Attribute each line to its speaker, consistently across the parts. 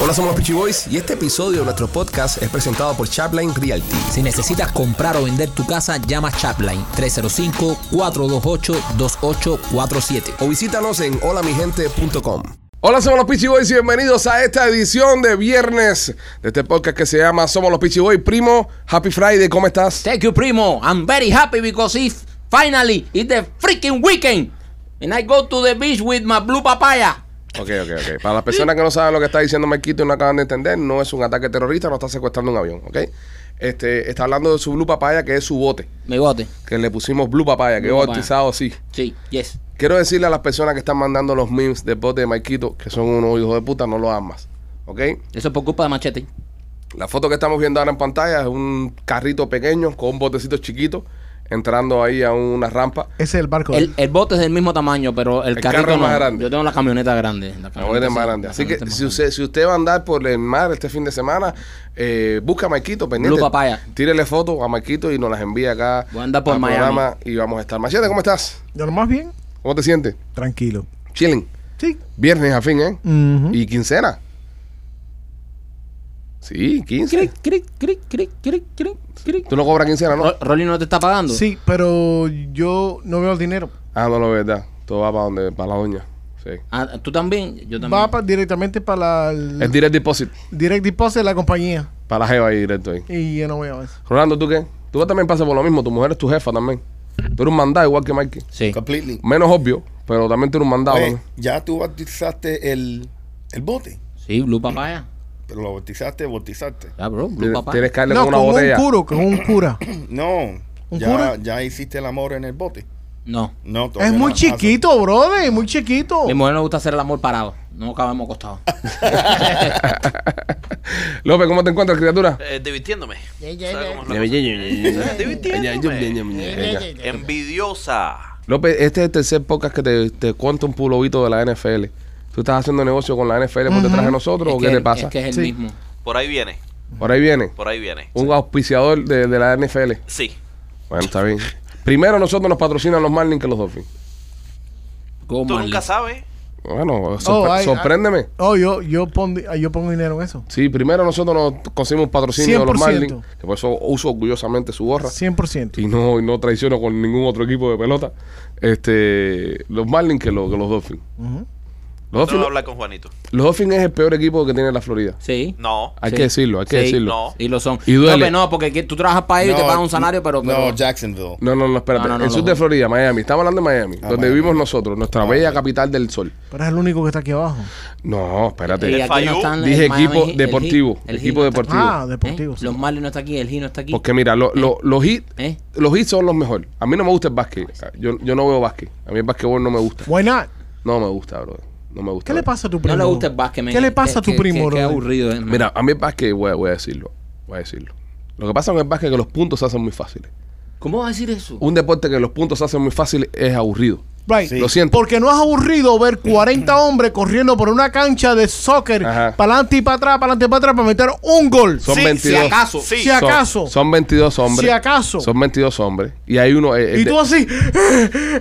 Speaker 1: Hola, somos los Peachy Boys y este episodio de nuestro podcast es presentado por Chapline Realty.
Speaker 2: Si necesitas comprar o vender tu casa, llama Chapline 305-428-2847.
Speaker 1: O visítanos en holamigente.com. Hola, somos los Peachy Boys y bienvenidos a esta edición de viernes de este podcast que se llama Somos los Peachy Boys. Primo, Happy Friday, ¿cómo estás?
Speaker 2: Thank you, primo. I'm very happy because it's finally it's the freaking weekend. And I go to the beach with my blue papaya.
Speaker 1: Ok, ok, ok. Para las personas que no saben lo que está diciendo Marquito y no acaban de entender, no es un ataque terrorista, no está secuestrando un avión, ¿ok? Este, está hablando de su Blue Papaya, que es su bote,
Speaker 2: Me bote.
Speaker 1: que le pusimos Blue Papaya, que
Speaker 2: Blue
Speaker 1: es bautizado así.
Speaker 2: Sí, yes.
Speaker 1: Quiero decirle a las personas que están mandando los memes del bote de Marquito, que son unos hijos de puta, no lo amas, ¿ok?
Speaker 2: Eso es por culpa de Machete.
Speaker 1: La foto que estamos viendo ahora en pantalla es un carrito pequeño con un botecito chiquito entrando ahí a una rampa.
Speaker 3: Ese es el barco.
Speaker 2: El, el bote es del mismo tamaño, pero el,
Speaker 1: El
Speaker 2: carrito
Speaker 1: carro es más
Speaker 2: no.
Speaker 1: grande.
Speaker 2: Yo tengo la camioneta grande. La
Speaker 1: La boleta es más
Speaker 2: Ah, sí,
Speaker 1: grande.
Speaker 2: la
Speaker 1: Así que
Speaker 2: camioneta es más
Speaker 1: si
Speaker 2: grande.
Speaker 1: usted, si usted va a andar por el mar este fin de semana, eh, busca a Marquito pendiente.
Speaker 2: Blue papaya.
Speaker 1: Tírele fotos a Marquito y nos las envía acá.
Speaker 2: Voy a andar por
Speaker 1: al
Speaker 2: Miami.
Speaker 1: programa Y vamos a estar. Machete, ¿cómo estás?
Speaker 3: ¿De lo más bien?
Speaker 1: ¿Cómo te sientes?
Speaker 3: Tranquilo.
Speaker 1: Chilling.
Speaker 3: Sí.
Speaker 1: Viernes a fin, ¿eh?
Speaker 3: Ujú.
Speaker 1: Y quincena. Sí, 15.
Speaker 2: Cric, cric, cric, cric, cric, cric, cric.
Speaker 1: Tú no cobras quincena, ¿no?
Speaker 2: Ro- Rolly no te está pagando.
Speaker 3: Sí, pero yo no veo el dinero.
Speaker 1: Ah, no, no, verdad. Todo va para donde, para la doña. Sí.
Speaker 2: Ah, tú también, yo también.
Speaker 3: Va pa- directamente para la,
Speaker 2: Mm.
Speaker 3: el
Speaker 1: Es direct deposit.
Speaker 3: direct deposit de la compañía.
Speaker 1: Para la jeva ahí directo ahí.
Speaker 3: Y yo no veo eso.
Speaker 1: Rolando, ¿tú qué? Tú también pasas por lo mismo. Tu mujer es tu jefa también. Tú eres un mandado igual que Mikey.
Speaker 2: Sí.
Speaker 4: Completely.
Speaker 1: Menos obvio, pero también tú eres un mandado.
Speaker 4: Oye,
Speaker 1: ¿no?
Speaker 4: ya tú bautizaste el, el bote,
Speaker 2: Sí, Blue Papaya.
Speaker 4: pero lo bautizaste, bautizaste.
Speaker 2: Ya, bro, Blue
Speaker 1: Tienes,
Speaker 2: Papaya.
Speaker 1: tienes que darle
Speaker 3: No,
Speaker 1: con una
Speaker 3: con un
Speaker 1: botella.
Speaker 3: curo, con un cura.
Speaker 4: No,
Speaker 3: ¿Un
Speaker 4: ya,
Speaker 3: cura?
Speaker 4: ya hiciste el amor en el bote.
Speaker 2: No.
Speaker 4: No,
Speaker 3: es
Speaker 4: todavía
Speaker 3: muy
Speaker 4: no.
Speaker 3: chiquito, brother, muy chiquito.
Speaker 2: Mi mujer no le gusta hacer el amor parado. No cabemos acostados.
Speaker 1: López, ¿cómo te encuentras, criatura?
Speaker 5: Eh, divirtiéndome. ¿Sabes cómo es la cosa? Divirtiéndome.
Speaker 1: López,
Speaker 5: Envidiosa.
Speaker 1: este es el tercer podcast que te, te cuento un pulovito de la NFL. ¿Tú estás haciendo negocio con la NFL por detrás de nosotros o
Speaker 2: Es
Speaker 1: qué
Speaker 2: que-
Speaker 1: te pasa?
Speaker 2: Es que es el
Speaker 3: Sí.
Speaker 2: mismo.
Speaker 5: Por ahí viene.
Speaker 1: Por ahí viene.
Speaker 5: Por ahí viene.
Speaker 1: Un auspiciador de, de la NFL.
Speaker 5: Sí.
Speaker 1: Bueno, está bien. Primero nosotros nos patrocinan los Marlins que los Dolphins.
Speaker 2: Go,
Speaker 5: Tú
Speaker 2: Marley.
Speaker 5: nunca sabes.
Speaker 1: Bueno, sorpre-
Speaker 3: Oh, ay, ay.
Speaker 1: sorpréndeme.
Speaker 3: Oh, yo, yo, pon- yo pongo dinero en eso.
Speaker 1: Sí, primero nosotros nos conseguimos un patrocinio de los
Speaker 3: 100%.
Speaker 1: Marlins, que por eso uso orgullosamente su gorra
Speaker 3: 100%.
Speaker 1: y no, y no traiciono con ningún otro equipo de pelota. Este, los Marlins que, lo- que los Dolphins.
Speaker 3: Ujú.
Speaker 1: Los
Speaker 5: Tú no vas a
Speaker 1: Dolphins,
Speaker 5: hablar con Juanito.
Speaker 1: los Dolphins es el peor equipo que tiene la Florida.
Speaker 2: Sí.
Speaker 5: No.
Speaker 1: Hay
Speaker 2: Sí.
Speaker 1: que decirlo, hay que
Speaker 2: Sí.
Speaker 1: decirlo.
Speaker 5: No.
Speaker 2: Sí, lo son.
Speaker 1: Y duele.
Speaker 2: No, pero no, porque que- tú trabajas para ellos y te pagan un salario, pero. pero-
Speaker 4: No, Jacksonville.
Speaker 1: No, no, no, espérate.
Speaker 2: No, no, no,
Speaker 1: el
Speaker 2: no,
Speaker 1: sur
Speaker 2: no. Ah,
Speaker 1: de Florida, Miami. Estamos hablando de Miami,
Speaker 4: Ah,
Speaker 1: donde
Speaker 4: Miami.
Speaker 1: vivimos nosotros, nuestra bella capital del sol.
Speaker 3: Pero es el único que está aquí abajo.
Speaker 1: No,
Speaker 2: y
Speaker 1: espérate.
Speaker 5: El
Speaker 2: aquí
Speaker 5: Fayú.
Speaker 2: están el
Speaker 1: Dije
Speaker 2: Miami
Speaker 1: equipo
Speaker 2: Heat, el
Speaker 1: deportivo.
Speaker 2: Heat, el
Speaker 1: equipo
Speaker 2: Heat no está-
Speaker 1: deportivo.
Speaker 3: Ah, deportivo.
Speaker 2: ¿Eh?
Speaker 3: sí.
Speaker 2: Los Marlins no está aquí, el G no está aquí.
Speaker 1: Porque mira, lo- lo- los hits
Speaker 2: ¿Eh?
Speaker 1: los hits son los mejores. A mí no me gusta el básquet. Yo, yo no veo básquet. A mí el básquetbol no me gusta.
Speaker 3: Why not?
Speaker 1: No me gusta, bro. No me gusta.
Speaker 3: ¿Qué le
Speaker 1: brother.
Speaker 3: pasa a tu primo?
Speaker 2: No le gusta el básquet, men.
Speaker 3: ¿Qué le pasa a tu
Speaker 2: Que-
Speaker 3: primo,
Speaker 2: que- Qué
Speaker 3: brother?
Speaker 2: aburrido, eh, man.
Speaker 1: Mira, a mí el básquet, voy a, voy a decirlo. Voy a decirlo. Lo que pasa con el básquet es que los puntos se hacen muy fáciles.
Speaker 2: ¿Cómo vas a decir eso?
Speaker 1: Un deporte que los puntos se hacen muy fáciles es aburrido.
Speaker 3: Right.
Speaker 4: Sí.
Speaker 1: Lo siento.
Speaker 3: Porque no es aburrido ver 40 hombres corriendo por una cancha de soccer,
Speaker 1: Ajá.
Speaker 3: para adelante y para atrás, para adelante y para atrás, para meter un gol.
Speaker 1: Son
Speaker 5: Sí,
Speaker 1: 22.
Speaker 5: Si acaso.
Speaker 3: Si
Speaker 5: Sí.
Speaker 3: ac-
Speaker 1: Son-
Speaker 3: acaso.
Speaker 1: Son, 22 hombres.
Speaker 3: Si acaso.
Speaker 1: Son 22 hombres. Y hay uno. eh, eh,
Speaker 3: y
Speaker 1: de-
Speaker 3: tú así, ¡eh,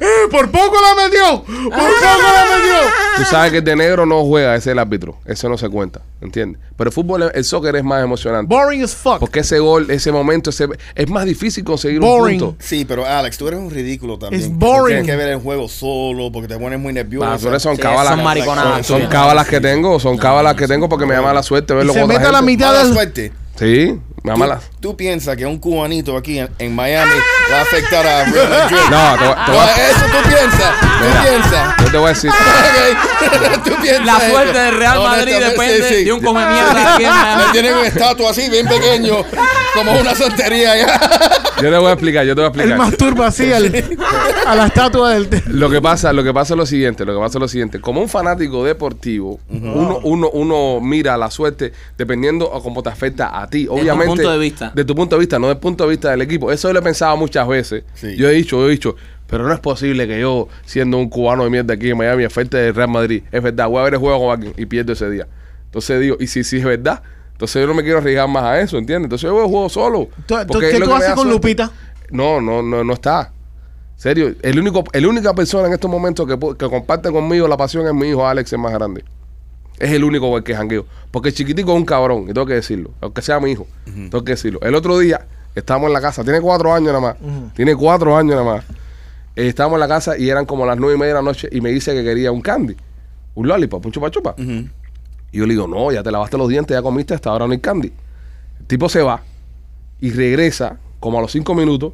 Speaker 3: eh, por poco la metió, por poco
Speaker 1: Ah.
Speaker 3: la metió.
Speaker 1: tú sabes que el de negro no juega, ese es el árbitro. Eso no se cuenta. ¿Entiendes? Pero el fútbol, el soccer es más emocionante.
Speaker 3: Boring as fuck.
Speaker 1: Porque ese gol, ese momento, ese- es más difícil conseguir
Speaker 3: Boring.
Speaker 1: un punto.
Speaker 4: Sí, pero Alex, tú eres un ridículo también.
Speaker 3: It's boring.
Speaker 4: Tienes que ver el juego solo porque te pones muy nervioso.
Speaker 1: Ah, pero son
Speaker 2: Sí,
Speaker 1: cábalas.
Speaker 2: son mariconadas
Speaker 1: Son, son
Speaker 2: tuyas.
Speaker 1: cábalas que tengo, son cábalas que tengo porque me llama la suerte
Speaker 3: Y
Speaker 1: verlo
Speaker 3: se
Speaker 1: con otra
Speaker 3: mete a la
Speaker 1: gente.
Speaker 3: mitad
Speaker 4: Mala
Speaker 3: del...
Speaker 4: suerte.
Speaker 1: Sí, me
Speaker 4: Tú,
Speaker 1: llama la.
Speaker 4: tú piensas que un cubanito aquí en, en Miami va a afectar a Real Madrid.
Speaker 1: No, te, voy- te voy
Speaker 2: Ah.
Speaker 1: a-
Speaker 4: Eso tú piensas. Tú piensas.
Speaker 1: yo te voy a decir.
Speaker 4: Ok. Tú piensas
Speaker 2: La
Speaker 4: eso.
Speaker 2: suerte del Real Madrid
Speaker 4: Honestamente,
Speaker 2: depende
Speaker 4: sí, sí.
Speaker 2: de un come mierda. aquí en Miami.
Speaker 4: Le tienen un estatua así, bien pequeño, como una santería ya.
Speaker 1: Yo te voy a explicar, yo te voy a
Speaker 3: Él
Speaker 1: explicar.
Speaker 3: masturba así al- a la estatua del...
Speaker 1: Lo que pasa, lo que pasa es lo siguiente, lo que pasa es lo siguiente. Como un fanático deportivo, uno, uno, uno mira la suerte dependiendo a cómo te afecta a ti.
Speaker 2: tu
Speaker 1: Obviamente.
Speaker 2: punto de vista.
Speaker 1: De tu punto de vista, no del punto de vista del equipo. Eso yo lo he pensado muchas veces.
Speaker 4: Sí.
Speaker 1: Yo he dicho, yo he dicho, pero no es posible que yo, siendo un cubano de mierda aquí en Miami, afecte del Real Madrid. Es verdad, voy a ver el juego con alguien y pierdo ese día. Entonces digo, y si sí es verdad. Entonces yo no me quiero arriesgar más a eso, ¿entiendes? Entonces yo veo el juego solo.
Speaker 3: ¿Tú- tú-
Speaker 1: porque es
Speaker 3: ¿Qué
Speaker 1: lo
Speaker 3: tú
Speaker 1: que me
Speaker 3: haces
Speaker 1: da
Speaker 3: con
Speaker 1: suerte.
Speaker 3: Lupita?
Speaker 1: No, no, no, no está. Serio, el único, el única persona en estos momentos que, pu- que comparte conmigo la pasión es mi hijo Alex, el más grande. Es el único con el que jangueo. Porque el chiquitico es un cabrón, y tengo que decirlo. Aunque sea mi hijo, tengo que decirlo. El otro día, estábamos en la casa, tiene cuatro años nada más. Tiene cuatro años nada más. Eh, estábamos en la casa y eran como las nueve y media de la noche y me dice que quería un candy, un lollipop, un chupa chupa. Y yo le digo, no, ya te lavaste los dientes, ya comiste, hasta ahora no hay candy. El tipo se va y regresa como a los cinco minutos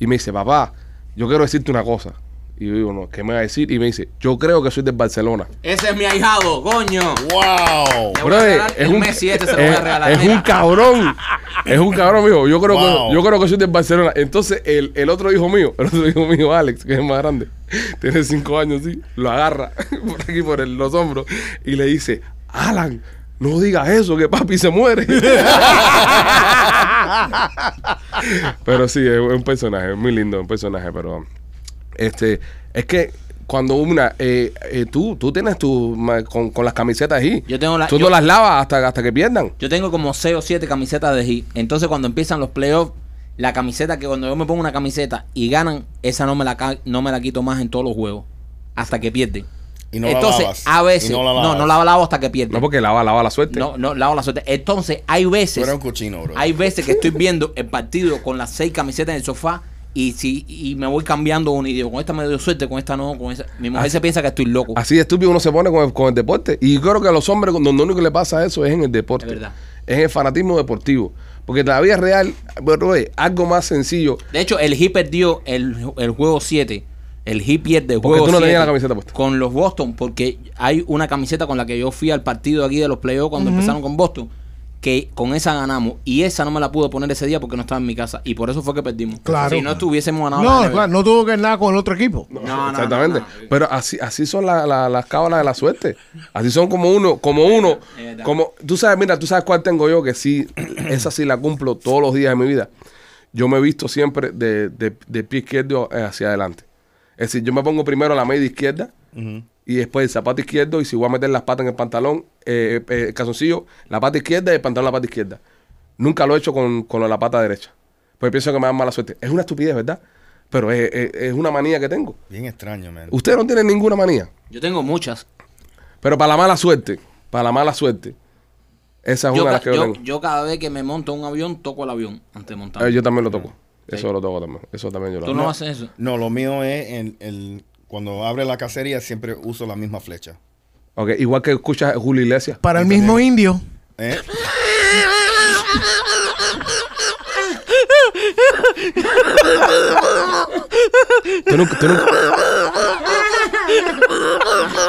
Speaker 1: y me dice, papá, yo quiero decirte una cosa. Y yo digo, no, ¿qué me va a decir? Y me dice, yo creo que soy del Barcelona.
Speaker 2: Ese es mi ahijado, coño. Le
Speaker 4: ¡Wow!
Speaker 2: voy a
Speaker 1: Brother,
Speaker 2: regalar el Messi este, se lo voy a
Speaker 1: es-
Speaker 2: regalar.
Speaker 1: es un
Speaker 2: Mira.
Speaker 1: cabrón. Es un cabrón, mijo. Yo creo,
Speaker 4: Wow.
Speaker 1: que, yo creo que soy del Barcelona. Entonces, el, el otro hijo mío, el otro hijo mío, Alex, que es más grande, tiene cinco años, sí, lo agarra por aquí, por el- los hombros, y le dice, Alan, no digas eso, que papi se muere. pero sí, es un personaje, es muy lindo, un personaje, pero... Este, es que cuando una, eh, eh, tú, tú tienes tu, ma- con, con las camisetas ahí.
Speaker 2: Yo tengo la-
Speaker 1: Tú
Speaker 2: yo-
Speaker 1: no las lavas hasta, hasta que pierdan.
Speaker 2: Yo tengo como 6 o 7 camisetas de Heat. Entonces, cuando empiezan los playoffs, la camiseta que cuando yo me pongo una camiseta y ganan, esa no me la, ca- no me la quito más en todos los juegos. Hasta que pierden.
Speaker 4: Y no la
Speaker 2: Entonces,
Speaker 4: lavas.
Speaker 2: a veces.
Speaker 4: Y no
Speaker 2: no,
Speaker 4: la
Speaker 2: no,
Speaker 4: lavas.
Speaker 2: la lavo hasta que pierden.
Speaker 1: No, porque lava, lava la suerte.
Speaker 2: Mm. No, no, lavo la suerte. Entonces, hay
Speaker 4: Tú
Speaker 2: veces.
Speaker 4: eres un cochino, bro.
Speaker 2: Hay veces que estoy viendo el partido con las seis camisetas en el sofá y si y me voy cambiando una y digo, con esta me dio suerte, con esta no, con esa. Mi mujer se piensa que estoy loco.
Speaker 1: Así de estúpido uno se pone con el, con el deporte. Y yo creo que a los hombres, donde lo único que le pasa eso es en el deporte.
Speaker 2: Es verdad.
Speaker 1: Es en el fanatismo deportivo. Porque en la vida real, bro, es algo más sencillo.
Speaker 2: De hecho, el Heat perdió el, el juego 7. El Heat pierde el
Speaker 1: Porque
Speaker 2: juego
Speaker 1: tú no
Speaker 2: 7
Speaker 1: tenías la camiseta puesta.
Speaker 2: con los Boston, porque hay una camiseta con la que yo fui al partido aquí de los playoffs cuando empezaron con Boston, que con esa ganamos. Y esa no me la pude poner ese día porque no estaba en mi casa. Y por eso fue que perdimos.
Speaker 5: Claro.
Speaker 2: Si no estuviésemos ganando. la
Speaker 5: No,
Speaker 2: NBA.
Speaker 5: claro, no tuvo que ver nada con el otro equipo.
Speaker 2: No, no,
Speaker 1: Exactamente.
Speaker 2: no, no.
Speaker 1: Pero así, así son la- la- las cábalas de la suerte. Así son como uno, como uno.
Speaker 2: Es verdad.
Speaker 1: Como, tú sabes, mira, tú sabes cuál tengo yo, que sí, esa sí la cumplo todos los días de mi vida. Yo me he visto siempre de, de, de pie izquierdo eh, hacia adelante. Es decir, yo me pongo primero la media izquierda y después el zapato izquierdo y si voy a meter las patas en el pantalón, eh, eh, el calzoncillo, la pata izquierda y el pantalón la pata izquierda. Nunca lo he hecho con, con la pata derecha. Porque pienso que me dan mala suerte. Es una estupidez, ¿verdad? Pero es- es- es una manía que tengo.
Speaker 4: Bien extraño, man.
Speaker 1: Ustedes no tienen ninguna manía.
Speaker 2: Yo tengo muchas.
Speaker 1: Pero para la mala suerte, para la mala suerte, esa es una
Speaker 2: Yo,
Speaker 1: de
Speaker 2: ca-
Speaker 1: las que yo,
Speaker 2: yo-
Speaker 1: tengo.
Speaker 2: yo cada vez que me monto en un avión, toco el avión antes de
Speaker 1: Eh,
Speaker 2: montar.
Speaker 1: Yo, también lo toco. Eso
Speaker 2: Sí.
Speaker 1: lo toco también. Eso también yo lo
Speaker 2: Tú
Speaker 1: toco.
Speaker 2: no, haces eso.
Speaker 4: No, lo mío es en el, cuando abre la cacería siempre uso la misma flecha.
Speaker 1: Ok, igual que escuchas a Julio Iglesias.
Speaker 5: Para el mismo indio.
Speaker 4: ¿Eh?
Speaker 1: Tú nunca- tú nunca-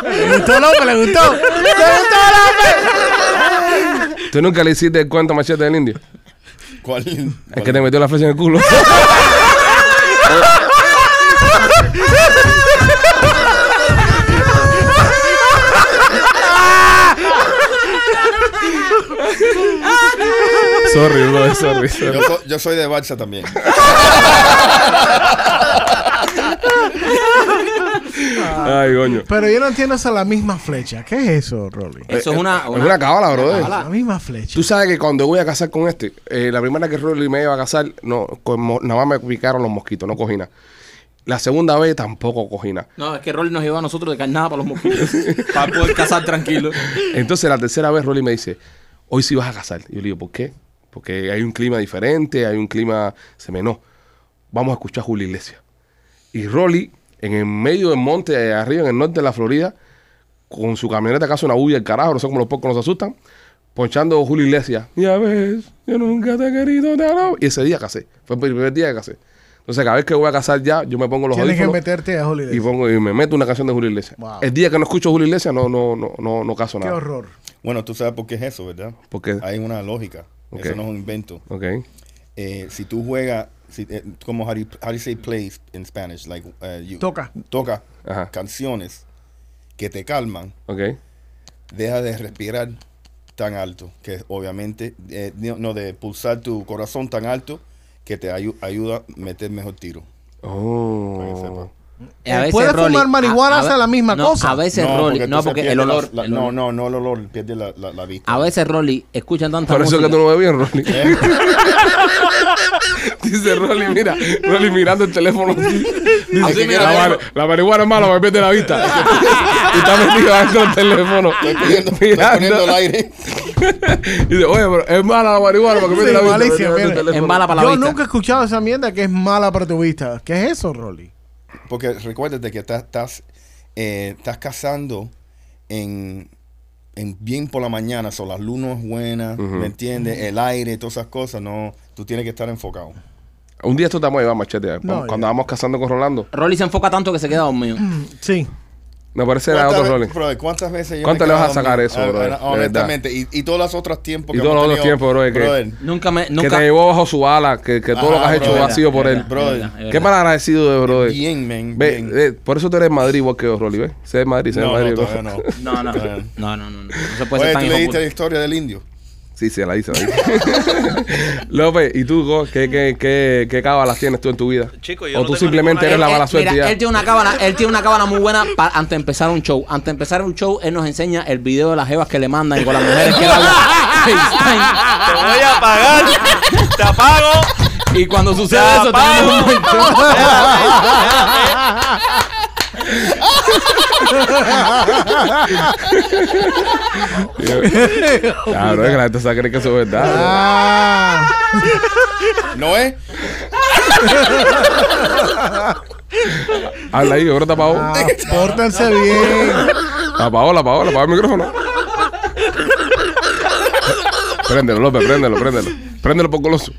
Speaker 5: Le gustó López, le gustó. Le gustó
Speaker 1: tú nunca le hiciste el cuento machete del indio.
Speaker 4: ¿Cuál?
Speaker 1: Es que te metió la flecha en el culo. sorry, bro, sorry, sorry.
Speaker 4: yo, so- yo soy de Barça también.
Speaker 1: Ay, coño.
Speaker 5: Pero yo no entiendo esa la misma flecha. ¿Qué es eso, Rolly?
Speaker 2: Eso es una.
Speaker 1: Eh, Es una cábala, brother.
Speaker 5: La misma flecha.
Speaker 1: Eh, Tú sabes que cuando voy a casar con este, eh, la primera que Rolly me iba a casar, no, con mo- nada más me picaron los mosquitos, no cogí nada. La segunda vez tampoco cogí nada.
Speaker 2: No, es que Rolly nos llevó a nosotros de carnada para los mosquitos. para poder cazar tranquilo.
Speaker 1: Entonces la tercera vez Rolly me dice, hoy sí vas a casar. Y yo le digo, ¿por qué? Porque hay un clima diferente, hay un clima... Se me no. Vamos a escuchar a Julio Iglesias. Y Rolly, en el medio del monte, eh, arriba en el norte de la Florida, con su camioneta acaso una bulla el carajo, no sé cómo los pocos nos asustan, ponchando Julio Iglesias. Ya ves, yo nunca te he querido, te amo. Y ese día casé. Fue el primer día que casé. Entonces cada vez que voy a casar ya, yo me pongo los
Speaker 5: Tienes que
Speaker 1: audífonos
Speaker 5: meterte a Holiday.
Speaker 1: y, pongo, y me meto una canción de Julio Iglesias.
Speaker 5: Wow.
Speaker 1: El día que no escucho Julio Iglesias no, no, no, no, no caso
Speaker 5: Qué
Speaker 1: nada.
Speaker 5: horror.
Speaker 4: Bueno, tú sabes por qué es eso, ¿verdad?
Speaker 1: Porque,
Speaker 4: Hay una lógica.
Speaker 1: Ok.
Speaker 4: Eso no es un invento.
Speaker 1: ok.
Speaker 4: Eh, si tú juegas, si, eh, como how do, you, how do you say plays in Spanish? Like, eh, you-
Speaker 5: Toca.
Speaker 4: Toca
Speaker 2: Ah.
Speaker 1: Ajá.
Speaker 4: canciones que te calman,
Speaker 1: Ok.
Speaker 4: deja de respirar tan alto, que obviamente, eh, no, no, de pulsar tu corazón tan alto, que te ayu- ayuda a meter mejor tiro.
Speaker 1: Oh.
Speaker 4: Para que sepa.
Speaker 2: Eh, A veces,
Speaker 3: ¿Puedes
Speaker 2: Rolly,
Speaker 3: fumar marihuana?
Speaker 2: ve-
Speaker 3: Hace la misma
Speaker 2: no,
Speaker 3: cosa.
Speaker 2: A veces, Rolly, no,
Speaker 4: entonces
Speaker 2: porque
Speaker 4: pierde
Speaker 2: el
Speaker 4: la-
Speaker 2: olor.
Speaker 4: la-
Speaker 2: el
Speaker 4: no,
Speaker 2: olor.
Speaker 4: no, no el olor, pierde la, la, la vista.
Speaker 2: A veces, Rolly, escuchan tanta
Speaker 1: Por eso es que
Speaker 2: música.
Speaker 1: tú no me bien, Rolly.
Speaker 4: ¿Eh?
Speaker 1: Dice Rolly, mira, Rolly mirando el teléfono. Dice,
Speaker 4: Así mira,
Speaker 1: la,
Speaker 4: teléfono.
Speaker 1: mar- la marihuana es mala, me pierde la vista. y está metido adentro del teléfono.
Speaker 4: Estoy
Speaker 2: Ah,
Speaker 4: poniendo, estoy
Speaker 1: Mirando.
Speaker 4: poniendo el aire.
Speaker 1: Dice, oye, pero es mala la marihuana porque pierde
Speaker 3: Sí,
Speaker 1: la vista.
Speaker 3: malicia,
Speaker 1: Metido adentro
Speaker 3: mira.
Speaker 1: del teléfono.
Speaker 2: Es mala para la
Speaker 3: Yo
Speaker 2: vista.
Speaker 3: nunca he escuchado esa mierda que es mala para tu vista. ¿Qué es eso, Rolly?
Speaker 4: Porque recuérdate que estás, estás, eh, estás cazando en, en bien por la mañana, son las luz no es buena, ¿me entiendes? El aire, todas esas cosas, no, tú tienes que estar enfocado.
Speaker 1: Un día esto estamos ahí, va, machete. Vamos-
Speaker 3: ya.
Speaker 1: cuando vamos cazando con Rolando.
Speaker 2: Rolly se enfoca tanto que se queda dormido.
Speaker 3: Mm. Sí.
Speaker 1: Me parece nada otro
Speaker 4: ¿Cuántas
Speaker 1: Rolly.
Speaker 4: ve- brother, ¿Cuántas veces yo me
Speaker 1: ¿Cuánto le
Speaker 4: quedaba
Speaker 1: vas a sacar
Speaker 4: dormido?
Speaker 1: eso,
Speaker 4: Ah,
Speaker 1: brother?
Speaker 4: ah,
Speaker 1: De
Speaker 4: Honestamente, y, y todos los otros tiempos
Speaker 1: Y todos
Speaker 4: hemos
Speaker 1: los otros
Speaker 4: tenido,
Speaker 1: tiempos, brother, que-
Speaker 2: Nunca me.
Speaker 1: Que
Speaker 2: Nunca,
Speaker 1: te llevó bajo su ala, que, que todo lo que has
Speaker 4: Ah,
Speaker 1: hecho
Speaker 4: brother.
Speaker 1: ha sido por
Speaker 2: Es
Speaker 1: él.
Speaker 2: verdad,
Speaker 4: brother.
Speaker 2: es verdad,
Speaker 1: Qué
Speaker 2: es verdad.
Speaker 1: mal agradecido de brother.
Speaker 4: Bien, man.
Speaker 1: Ve,
Speaker 4: bien.
Speaker 1: ve, por eso tú eres de Madrid igual que Rolly, ¿ves? Sé de Madrid, sé de
Speaker 4: no,
Speaker 1: Madrid.
Speaker 4: no,
Speaker 1: bro.
Speaker 4: todavía no.
Speaker 2: No, no,
Speaker 4: Todavía
Speaker 2: no, no,
Speaker 4: no.
Speaker 2: no, no. No se puede
Speaker 4: Oye,
Speaker 2: ser tan
Speaker 4: tú le diste la
Speaker 2: hijoputa.
Speaker 4: historia del indio.
Speaker 1: Sí, sí, la hice, la hice. López, ¿y tú Go? qué, qué, qué, qué cábalas tienes tú en tu vida?
Speaker 6: Chico, yo
Speaker 1: ¿O
Speaker 6: no
Speaker 1: tú
Speaker 6: tengo
Speaker 1: simplemente
Speaker 6: ninguna.
Speaker 1: eres la
Speaker 3: Eh,
Speaker 2: Él-
Speaker 1: mala
Speaker 2: él-
Speaker 1: suerte
Speaker 2: mira,
Speaker 1: ya?
Speaker 2: él tiene una cábala, él tiene una cábala muy buena para antes de empezar un show. Antes de empezar un show, él nos enseña el video de las jevas que le mandan y con las mujeres que él habla. FaceTime.
Speaker 6: Te voy a pagar. Te apago.
Speaker 2: Y cuando sucede
Speaker 6: Ya,
Speaker 2: eso,
Speaker 6: Pablo.
Speaker 2: tenemos un momento.
Speaker 1: Claro, es que la gente se cree que eso es verdad.
Speaker 3: Ah,
Speaker 4: ¿No es?
Speaker 1: bro. Habla ahí, yo creo que tapao.
Speaker 3: ah, pórtense bien.
Speaker 1: Tapao, la apagó, la apagó el micrófono. préndelo, López, préndelo, préndelo. Préndelo por coloso.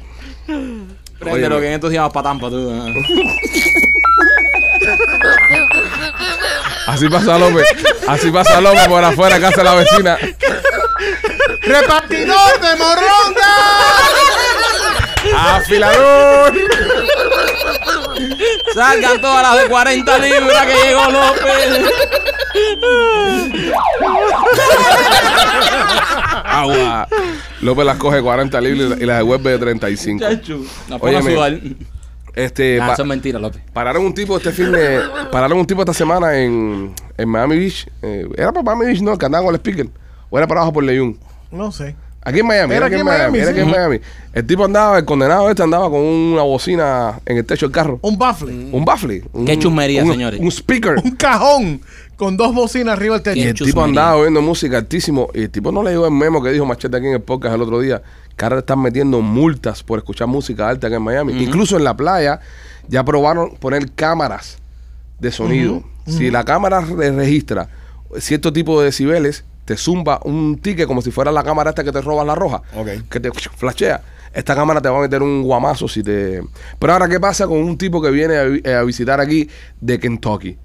Speaker 2: Préndelo, que en estos días vas para Tampa, tú.
Speaker 1: Así pasa López. Así pasa López por afuera, casa de la vecina.
Speaker 3: ¡Repartidor de morronda!
Speaker 1: ¡Afilador!
Speaker 2: Salgan todas las de 40 libras que llegó López.
Speaker 1: Agua. López las coge 40 libras y las devuelve de 35.
Speaker 2: Chacho. La pone
Speaker 1: Oye,
Speaker 2: a
Speaker 1: mi-
Speaker 2: sudar.
Speaker 1: Este,
Speaker 2: Nah,
Speaker 1: pa-
Speaker 2: Ah, eso es mentira, López.
Speaker 1: Pararon un tipo este fin de. Pararon un tipo esta semana en, en Miami Beach. Eh, era para Miami Beach, no, el que andaba con el speaker. O era para abajo por Leyun.
Speaker 3: No sé.
Speaker 1: Aquí en Miami, era aquí en Miami, era
Speaker 3: sí.
Speaker 1: aquí en Miami. El tipo andaba, el condenado este andaba con una bocina en el techo del carro.
Speaker 3: Un baffle.
Speaker 1: Un baffle. Un,
Speaker 2: Qué chusmería,
Speaker 1: un-
Speaker 2: señores.
Speaker 1: Un speaker.
Speaker 3: Un cajón con dos bocinas arriba del
Speaker 1: Y
Speaker 3: techo.
Speaker 1: el tipo
Speaker 2: chusmería.
Speaker 1: andaba oyendo música altísimo. Y el tipo no le dio el memo que dijo Machete aquí en el podcast el otro día. Que ahora le están metiendo multas por escuchar música alta acá en Miami. Incluso en la playa ya probaron poner cámaras de sonido. Si la cámara re- registra cierto tipo de decibeles, te zumba un ticket como si fuera la cámara esta que te roban la roja.
Speaker 4: Ok.
Speaker 1: Que te flashea. Esta cámara te va a meter un guamazo si te... Pero ahora, ¿qué pasa con un tipo que viene a, vi- eh, a visitar aquí de Kentucky?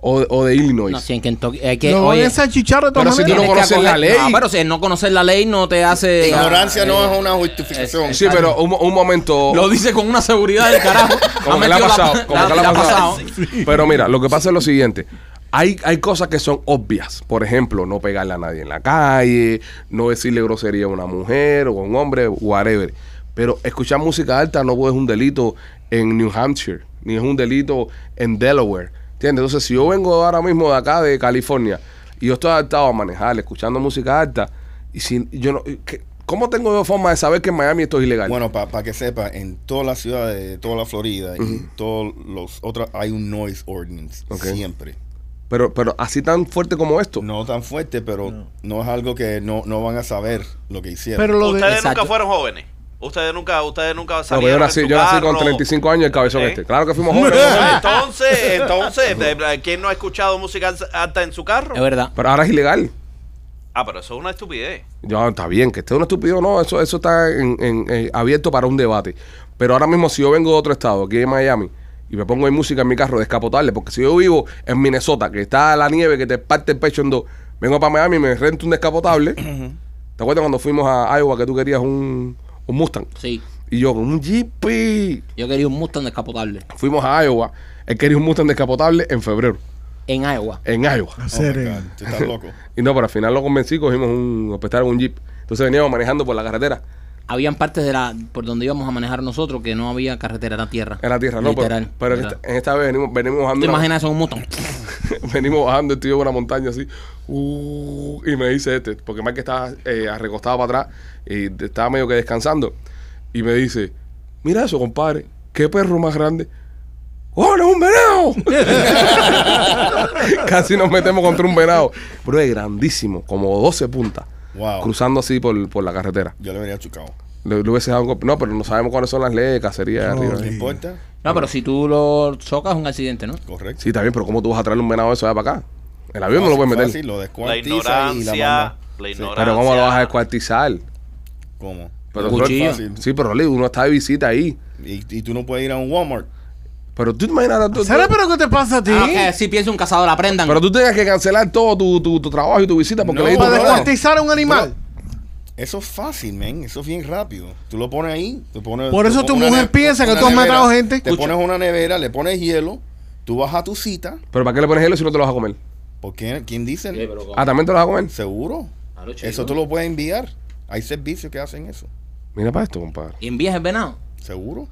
Speaker 1: O, o de Illinois.
Speaker 2: No, si en Kentucky. hay que,
Speaker 3: Lo van
Speaker 2: oye,
Speaker 3: a ensanchichar de
Speaker 1: Pero
Speaker 3: todas
Speaker 1: si tú
Speaker 3: maneras.
Speaker 1: no
Speaker 2: tienes que
Speaker 1: conoces la
Speaker 2: acoger-
Speaker 1: ley.
Speaker 2: No, pero si no conocer la ley no te hace.
Speaker 4: Ignorancia
Speaker 2: eh,
Speaker 4: no es una justificación.
Speaker 1: Sí, pero un, un momento.
Speaker 2: Lo dice con una seguridad del carajo.
Speaker 1: como que le ha
Speaker 2: metido la-
Speaker 1: pasado.
Speaker 2: la-
Speaker 1: como que le ha pasado.
Speaker 2: pasado.
Speaker 1: Pero mira, lo que pasa es lo siguiente. Hay, hay cosas que son obvias. Por ejemplo, no pegarle a nadie en la calle, no decirle grosería a una mujer o a un hombre, whatever. Pero escuchar música alta no es un delito en New Hampshire, ni es un delito en Delaware. ¿Entiendes? Entonces, si yo vengo ahora mismo de acá, de California, y yo estoy adaptado a manejar, escuchando música alta, y si yo no. ¿qué- ¿Cómo tengo yo forma de saber que en Miami esto es ilegal?
Speaker 4: Bueno, para que sepa, en todas las ciudades de toda la Florida y todos los otros hay un noise ordinance
Speaker 1: Ok. Oh.
Speaker 4: siempre.
Speaker 1: Pero, pero así tan fuerte como esto.
Speaker 4: No tan fuerte, pero no, es algo que no, no van a saber lo que hicieron.
Speaker 3: Pero lo
Speaker 6: Ustedes
Speaker 3: de.
Speaker 2: Exacto.
Speaker 6: nunca fueron jóvenes. Ustedes nunca, ustedes nunca
Speaker 1: No, pero yo
Speaker 6: salieron en
Speaker 1: nací,
Speaker 6: su
Speaker 1: yo nací con
Speaker 6: carro.
Speaker 1: 35 años y el cabezón
Speaker 6: ¿Eh?
Speaker 1: este. Claro que fuimos jóvenes. ¿no?
Speaker 6: Entonces, entonces, de- de- ¿quién no ha escuchado música alta en su carro?
Speaker 2: Es verdad.
Speaker 1: pero ahora es ilegal.
Speaker 6: Ah, pero eso es una estupidez.
Speaker 1: Yo, está bien, que esté un estúpido, no, eso, eso está en- en- en- abierto para un debate. Pero ahora mismo, si yo vengo de otro estado, aquí en Miami, y me pongo en música en mi carro, descapotable, porque si yo vivo en Minnesota, que está la nieve que te parte el pecho en dos, vengo para Miami y me rento un descapotable. ¿Te acuerdas cuando fuimos a Iowa que tú querías un, un Mustang?
Speaker 2: Sí.
Speaker 1: Y yo con un Jeep.
Speaker 2: Yo quería un Mustang descapotable.
Speaker 1: Fuimos a Iowa. Él quería un Mustang descapotable en febrero,
Speaker 2: En Iowa.
Speaker 1: en Iowa.
Speaker 4: Oh my
Speaker 3: Hacer, eh,
Speaker 4: God, tú estás loco.
Speaker 1: Y no, pero al final lo convencí, cogimos un, nos prestaron un jeep. Entonces veníamos manejando por la carretera.
Speaker 2: habían partes de la por donde íbamos a manejar nosotros que no había carretera, era tierra.
Speaker 1: En la tierra, no, pero,
Speaker 2: Literal,
Speaker 1: pero este- en,
Speaker 2: literal.
Speaker 1: esta, en esta vez venimos, venimos
Speaker 2: ¿Tú
Speaker 1: bajando.
Speaker 2: te
Speaker 1: una-
Speaker 2: imaginas eso en un montón?
Speaker 1: venimos bajando, estoy en una montaña así. uh, y me dice este, porque Mike estaba eh, recostado para atrás y de- estaba medio que descansando. Y me dice: Mira eso, compadre, qué perro más grande. ¡Oh, no es un venado! Casi nos metemos contra un venado. Pero es grandísimo, como 12 puntas.
Speaker 4: Wow.
Speaker 1: Cruzando así por, por la carretera.
Speaker 4: Yo le vería chucado.
Speaker 1: Le, le hubiese dado un golpe. No, pero no sabemos cuáles son las leyes de cacería de arriba.
Speaker 4: ¿No importa?
Speaker 2: No, pero si tú lo chocas es un accidente, ¿no?
Speaker 4: Correcto.
Speaker 1: Sí, está bien, pero ¿cómo tú vas a traer un venado de eso allá para acá? El avión no lo puedes meter.
Speaker 4: Fácil, lo
Speaker 6: La
Speaker 4: descuartiza y la
Speaker 6: ignorancia.
Speaker 4: manda.
Speaker 6: La
Speaker 4: Sí.
Speaker 6: ignorancia.
Speaker 1: Pero ¿cómo lo vas a descuartizar?
Speaker 4: ¿Cómo?
Speaker 1: Pero
Speaker 2: Un
Speaker 1: tú-
Speaker 2: cuchillo.
Speaker 4: Fácil.
Speaker 1: Sí, pero Rolly, uno está de visita ahí.
Speaker 4: Y, y tú no puedes ir a un Walmart.
Speaker 1: Pero tú te imaginas... tú- tú-
Speaker 3: ¿Sabes pero qué te pasa a ti?
Speaker 2: Ah, ok, si piensa un cazador, aprendan.
Speaker 1: pero tú tenías que cancelar todo tu, tu, tu trabajo y tu visita porque
Speaker 4: No,
Speaker 1: le diste un
Speaker 3: Para
Speaker 4: no,
Speaker 1: venado.
Speaker 3: descuartizar a un animal.
Speaker 4: Eso es fácil, men. Eso es bien rápido. Tú lo pones ahí. Te pones,
Speaker 3: Por
Speaker 4: te
Speaker 3: eso
Speaker 4: pones
Speaker 3: tu
Speaker 4: una
Speaker 3: mujer
Speaker 4: ne-
Speaker 3: piensa que
Speaker 4: una
Speaker 3: tú has
Speaker 4: nevera,
Speaker 3: matado gente.
Speaker 4: Te pones una nevera, le pones hielo. Tú vas a tu cita.
Speaker 1: Pero ¿para qué le pones hielo si no te lo vas a comer?
Speaker 4: ¿Por qué? ¿Quién dice?
Speaker 2: Sí, pero con-
Speaker 1: Ah, ¿también te lo vas a comer?
Speaker 4: ¿Seguro?
Speaker 2: Claro, chico.
Speaker 4: Eso tú lo puedes enviar. Hay servicios que hacen eso.
Speaker 1: Mira para esto, compadre.
Speaker 2: ¿Y envías el venado?
Speaker 4: ¿Seguro?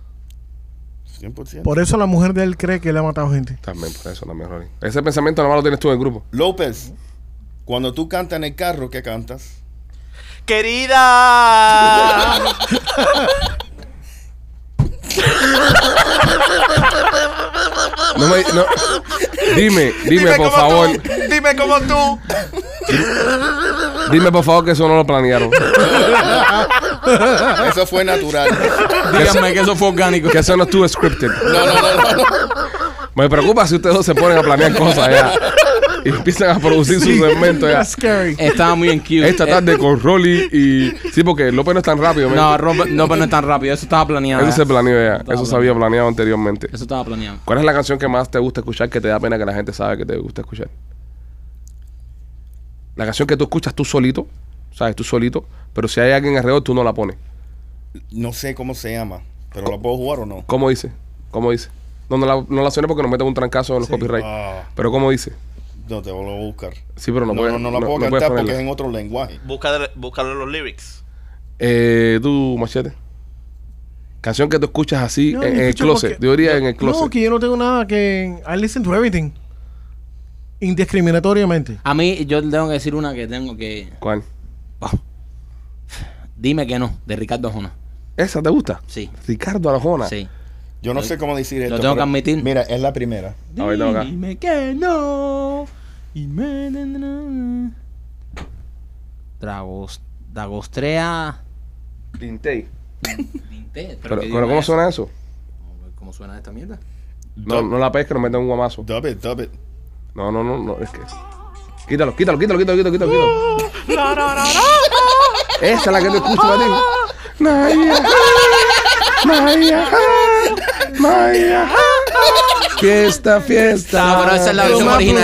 Speaker 4: 100%.
Speaker 3: Por eso la mujer de él cree que le ha matado gente.
Speaker 1: También por eso, también, Rolly. Ese pensamiento nada más lo tienes tú en el grupo.
Speaker 4: López, cuando tú cantas en el carro, ¿qué cantas?
Speaker 6: Querida.
Speaker 1: No me, no. Dime, dime, por
Speaker 6: cómo
Speaker 1: favor.
Speaker 6: Tú, dime cómo tú.
Speaker 1: Dime por favor que eso no lo planearon.
Speaker 4: Eso fue natural.
Speaker 2: Díganme que eso fue orgánico.
Speaker 1: que eso no estuvo scripted.
Speaker 4: No, no, no, no, no.
Speaker 1: Me preocupa si ustedes dos se ponen a planear cosas ya. Y empiezan a producir sus segmentos ya.
Speaker 3: That's scary.
Speaker 2: Estaba muy en cute.
Speaker 1: Esta
Speaker 2: Eh,
Speaker 1: tarde con Rolly y. Sí, porque López no es tan rápido. men.
Speaker 2: No, rompe- no, pero no es tan rápido. Eso estaba planeado.
Speaker 1: Eso
Speaker 2: ya.
Speaker 1: se planeó ya.
Speaker 2: Estaba
Speaker 1: Eso se había planeado anteriormente.
Speaker 2: Eso estaba planeado.
Speaker 1: ¿Cuál es la canción que más te gusta escuchar que te da pena que la gente sabe que te gusta escuchar? La canción que tú escuchas tú solito, ¿sabes? Tú solito, pero si hay alguien alrededor tú no la pones.
Speaker 4: No sé cómo se llama, pero ¿la puedo jugar o no?
Speaker 1: ¿Cómo dice? ¿Cómo dice? No, no la, no la suene porque nos meten un trancazo en los copyrights.
Speaker 4: Ah,
Speaker 1: Pero ¿cómo dice?
Speaker 4: no, te lo voy a buscar.
Speaker 1: Sí, pero no,
Speaker 4: No,
Speaker 1: puedes.
Speaker 4: no, no la puedo
Speaker 1: no puedes
Speaker 4: cantar porque es
Speaker 1: ponerla.
Speaker 4: en otro lenguaje.
Speaker 6: Búscale, búscale los lyrics.
Speaker 1: Eh, tú, machete. Canción que tú escuchas así
Speaker 3: No, yo
Speaker 1: eh, en, el
Speaker 3: escucho
Speaker 1: closet.
Speaker 3: porque-
Speaker 1: Yo diría en el closet.
Speaker 3: No, que yo no tengo nada que. I listen to everything. Indiscriminatoriamente.
Speaker 2: A mí, yo tengo que decir una que tengo que.
Speaker 1: ¿Cuál?
Speaker 2: Bah. Dime que no, de Ricardo Jona.
Speaker 1: ¿Esa te gusta?
Speaker 2: Sí.
Speaker 1: Ricardo Arjona.
Speaker 2: Sí.
Speaker 4: Yo no sé cómo decir esto.
Speaker 2: tengo que
Speaker 4: pero-
Speaker 2: admitir.
Speaker 4: Mira, es la primera.
Speaker 1: A ver, tengo acá.
Speaker 2: Dime que no. Y me. Dragos. Dragostrea.
Speaker 1: Tintei.
Speaker 2: Pero,
Speaker 1: Pero,
Speaker 2: que
Speaker 1: pero
Speaker 2: diga
Speaker 1: ¿cómo
Speaker 2: eso.
Speaker 1: suena eso?
Speaker 2: ¿Cómo suena esta mierda?
Speaker 1: No, no la pesca, nos meten un guamazo.
Speaker 4: Dub it, dub it.
Speaker 1: No, no, no, no, es que. Quítalo, quítalo, quítalo, quítalo, quítalo, quítalo. quítalo. Esa es la que te escucho a ti. Maya, Maya, Maya. Fiesta, fiesta.
Speaker 2: No, pero esa es la versión original,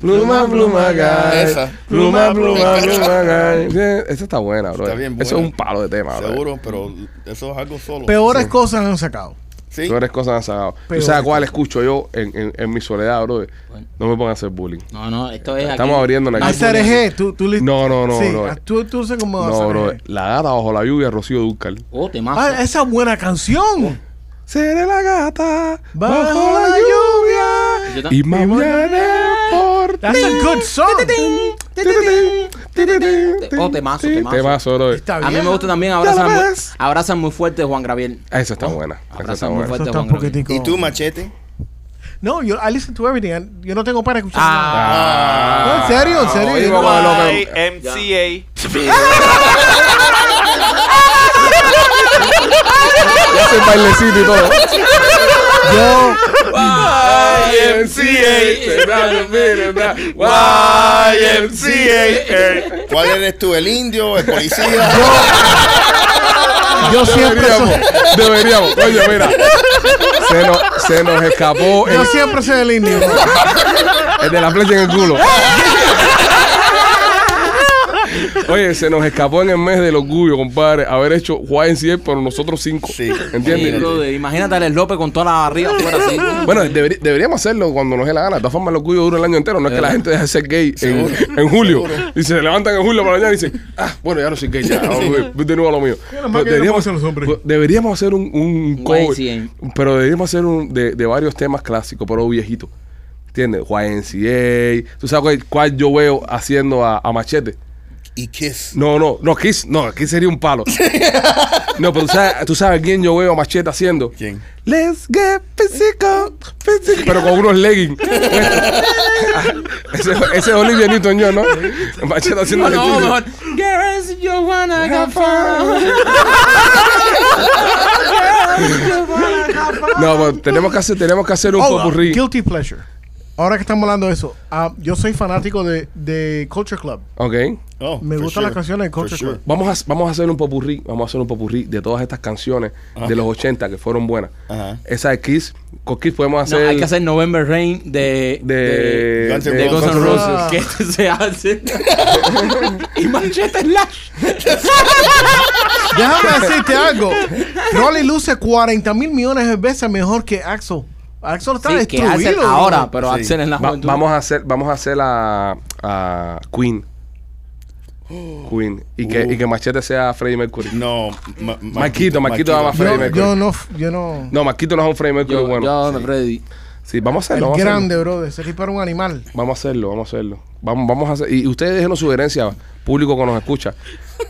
Speaker 1: Pluma,
Speaker 2: ¿no? Que esa-
Speaker 1: Pluma, pluma, guy.
Speaker 4: Esa.
Speaker 1: Pluma, pluma, pluma, guy. Bien, Esa está buena, bro.
Speaker 4: Está bien
Speaker 1: Eso es
Speaker 4: buena.
Speaker 1: un palo de tema, bro.
Speaker 4: Seguro, pero eso es algo solo.
Speaker 3: Peores cosas han sacado.
Speaker 4: Sí.
Speaker 1: Tú eres cosa han sacado. ¿Tú
Speaker 3: Peor.
Speaker 1: sabes cuál escucho yo en, en, en mi soledad, bro? No me pongan a hacer bullying.
Speaker 2: No, no, esto es.
Speaker 1: Estamos abriendo una
Speaker 3: A Cereje, tú, tú le-
Speaker 1: No, no, no,
Speaker 3: Sí,
Speaker 1: no.
Speaker 3: a- Tú, tú sé cómo vas
Speaker 1: No,
Speaker 3: a
Speaker 1: bro.
Speaker 3: hacer.
Speaker 1: La gata bajo la lluvia, Rocío Dúrcal.
Speaker 2: Oh, temazo.
Speaker 3: Ah, esa buena canción.
Speaker 1: Seré la gata
Speaker 3: bajo la
Speaker 1: lluvia
Speaker 2: Yo ta-
Speaker 1: y mañana por
Speaker 3: That's a good song.
Speaker 2: Oh, temazo, temazo.
Speaker 1: Temazo, bro.
Speaker 3: Está
Speaker 2: a mí
Speaker 3: bien.
Speaker 2: me gusta también
Speaker 1: Ya
Speaker 2: abrazan,
Speaker 1: lo
Speaker 2: muy-
Speaker 1: ves.
Speaker 2: abrazan muy fuerte Juan Gabriel.
Speaker 1: Ah, Esa está buena. Esa está
Speaker 2: Abrazan Oh, muy
Speaker 1: buena.
Speaker 2: fuerte
Speaker 3: Eso
Speaker 2: a
Speaker 3: está un
Speaker 2: Juan Gabriel.
Speaker 3: poquitico.
Speaker 4: ¿Y tú, machete?
Speaker 3: No, yo I listen to everything. I- Yo no tengo para escuchar
Speaker 2: Ah.
Speaker 3: nada. No, en serio, en serio.
Speaker 1: oye,
Speaker 3: yo no-
Speaker 1: vamos a lo que-
Speaker 6: YMCA.
Speaker 1: Ya hace el bailecito y todo. Yo. YMCA. YMCA.
Speaker 4: ¿Cuál eres tú? ¿El indio? ¿El policía?
Speaker 3: Yo siempre,
Speaker 1: Ah. Deberíamos,
Speaker 3: soy-
Speaker 1: deberíamos. Oye, mira. Se nos, se nos escapó el,
Speaker 3: yo siempre soy el indio.
Speaker 1: el de la flecha en el culo. Oye, se nos escapó en el mes del orgullo, compadre, haber hecho YNCA por nosotros cinco.
Speaker 4: Sí.
Speaker 1: ¿Entiendes?
Speaker 2: Sí, Eh, brother, imagínate a Alex López con toda la barriga fuera así.
Speaker 1: Bueno, deberi- deberíamos hacerlo cuando nos dé la gana. De todas formas, el orgullo dura el año entero. No es que la gente deje de ser gay en, en julio. Y se levantan en julio para allá y dicen, ah, bueno, ya no soy gay, ya, voy de nuevo a lo mío.
Speaker 3: Bueno, más que no pueden ser los hombres.
Speaker 1: pues, deberíamos hacer un, un
Speaker 2: Un
Speaker 1: cover,
Speaker 2: YMCA.
Speaker 1: pero deberíamos hacer un de, de varios temas clásicos, pero viejitos. ¿Entiendes? YNCA. ¿Tú sabes cuál, cuál yo veo haciendo a- a Machete?
Speaker 4: Y Kiss.
Speaker 1: No, no, no, Kiss, no, Kiss sería un palo. No, pero tú sabes, tú sabes quién yo veo a Machete haciendo.
Speaker 4: ¿Quién?
Speaker 1: Let's get physical, physical. Pero con unos leggings. ese, ese es Olivia Newton-John, ¿no? Machete haciendo
Speaker 2: No,
Speaker 1: ejercicio.
Speaker 2: mejor. Girls, you wanna have fun.
Speaker 1: No, pero tenemos que hacer, tenemos que hacer un
Speaker 3: Hola,
Speaker 1: popurrí.
Speaker 3: Oh, ah, Guilty Pleasure. Ahora que estamos hablando de eso, ah, yo soy fanático de, de Culture Club.
Speaker 1: Ok.
Speaker 4: Oh,
Speaker 3: Me
Speaker 4: for
Speaker 3: gustan las canciones de
Speaker 4: For
Speaker 3: Culture
Speaker 4: sure.
Speaker 3: Club.
Speaker 1: Vamos a, vamos a hacer un popurrí. Vamos a hacer un popurrí de todas estas canciones de los 80 que fueron buenas.
Speaker 4: Ajá.
Speaker 1: Esa de Kiss. Con Kiss podemos
Speaker 2: No,
Speaker 1: hacer.
Speaker 2: hay que hacer November Rain de.
Speaker 1: De,
Speaker 4: Guns N'
Speaker 2: de Guns N'
Speaker 3: Roses.
Speaker 2: Roses. Que este se hace. y Machete Slash.
Speaker 3: Déjame decirte algo. Rolly luce 40 mil millones de veces mejor que Axel. Axel está
Speaker 2: Sí, que
Speaker 3: destruido.
Speaker 2: Axel
Speaker 3: bro.
Speaker 2: ahora, pero
Speaker 4: Sí.
Speaker 2: Axel en la
Speaker 1: Va-
Speaker 2: juventud.
Speaker 1: vamos a hacer, vamos a hacer a, a Queen. Queen. Y que, y que Machete sea Freddie Mercury.
Speaker 4: No, Ma-
Speaker 1: Marquito, Marquito va más
Speaker 3: Yo,
Speaker 1: Freddie Mercury.
Speaker 3: yo no, yo no.
Speaker 1: No, Marquito no es un Freddie Mercury
Speaker 2: Yo,
Speaker 1: bueno.
Speaker 2: yo, Freddy.
Speaker 1: Sí, vamos a
Speaker 3: el
Speaker 1: hacerlo. Vamos a hacerlo.
Speaker 3: grande, brother. Ese tipo era un animal.
Speaker 1: Vamos a hacerlo, vamos a hacerlo. Vamos, vamos a hacer. Y ustedes déjenos sugerencias, público que nos escucha.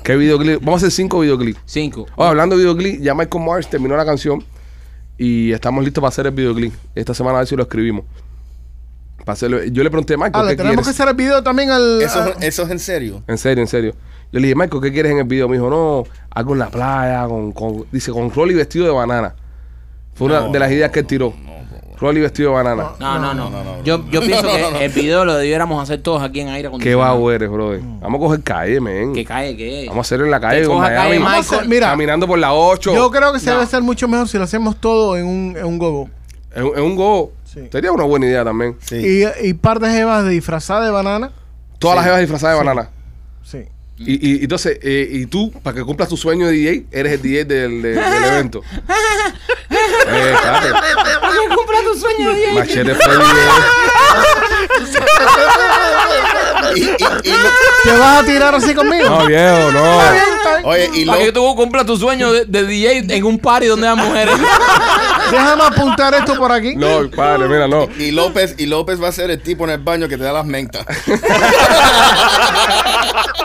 Speaker 1: ¿Qué videoclip? Vamos a hacer cinco videoclips.
Speaker 2: Cinco.
Speaker 1: Oh, hablando de videoclip, ya Michael Mars terminó la canción y estamos listos para hacer el videoclip. Esta semana a ver si lo escribimos. Para hacerlo. Yo le pregunté a Michael
Speaker 3: Ah, le
Speaker 1: qué
Speaker 3: tenemos
Speaker 1: quieres.
Speaker 3: que hacer el video también al.
Speaker 4: Eso,
Speaker 3: al-
Speaker 4: eso es en serio.
Speaker 1: En serio, en serio. Yo le dije, Marco, ¿qué quieres en el video? Me dijo, no, algo en la playa, con, con- dice, con Rolly vestido de banana. Fue una
Speaker 4: No,
Speaker 1: de las
Speaker 4: no,
Speaker 1: ideas que él tiró. Rolly vestido de banana.
Speaker 2: No, no, no.
Speaker 4: no, no.
Speaker 2: Yo, yo pienso que el video lo debiéramos hacer todos aquí en aire
Speaker 1: Qué
Speaker 2: acondicionado.
Speaker 1: vago eres, brother. Vamos a coger calle, men.
Speaker 2: Que cae, que
Speaker 1: Vamos a hacerlo en la calle,
Speaker 2: Que
Speaker 1: en
Speaker 2: coja calle,
Speaker 1: Miami.
Speaker 2: Michael.
Speaker 3: Vamos a hacer- mira,
Speaker 1: Caminando por la 8.
Speaker 3: yo creo que se
Speaker 2: No.
Speaker 3: debe hacer mucho mejor si lo hacemos todo en un, en un gogo.
Speaker 1: En, en un go.
Speaker 3: Sí.
Speaker 1: Sería una buena idea también.
Speaker 4: Sí.
Speaker 3: Y, y par de jevas disfrazadas de banana.
Speaker 1: Todas las jevas disfrazadas de banana.
Speaker 3: Sí.
Speaker 1: Y, y entonces, eh, y tú, para que cumplas tu sueño de DJ, eres el DJ del, del- del evento. eh, claro.
Speaker 2: Ah, cumpla tu sueño, Diego.
Speaker 1: Machete fue el DJ.
Speaker 4: Y- y- y lo-
Speaker 3: ¿Te vas a tirar así conmigo?
Speaker 1: No, viejo, no.
Speaker 4: oye, y lo,
Speaker 2: Para que tú cumpla tu sueño de, de DJ en un party donde hay mujeres.
Speaker 3: Déjame apuntar esto por aquí.
Speaker 1: No, padre, mira, no.
Speaker 4: y López, y López va a ser el tipo en el baño que te da las mentas.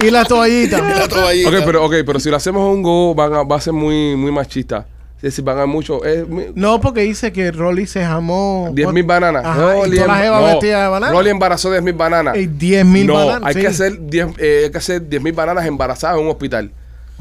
Speaker 3: Y la toallita.
Speaker 4: La toallita.
Speaker 1: Ok, pero, ok, pero si lo hacemos a un go, van a- va a ser muy, muy machista. Es decir, van a haber mucho. eh, mi-
Speaker 3: No, porque dice que Rolly se jamó.
Speaker 1: 10.000 bananas.
Speaker 3: Ajá, y todas
Speaker 1: em-
Speaker 3: las jevas
Speaker 1: no,
Speaker 3: vestidas de banana.
Speaker 1: Rolly embarazó 10.000 bananas.
Speaker 3: Eh, 10.000
Speaker 1: no,
Speaker 3: bananas,
Speaker 1: Hay,
Speaker 3: sí.
Speaker 1: que hacer 10, eh, hay que hacer 10.000 bananas embarazadas en un hospital.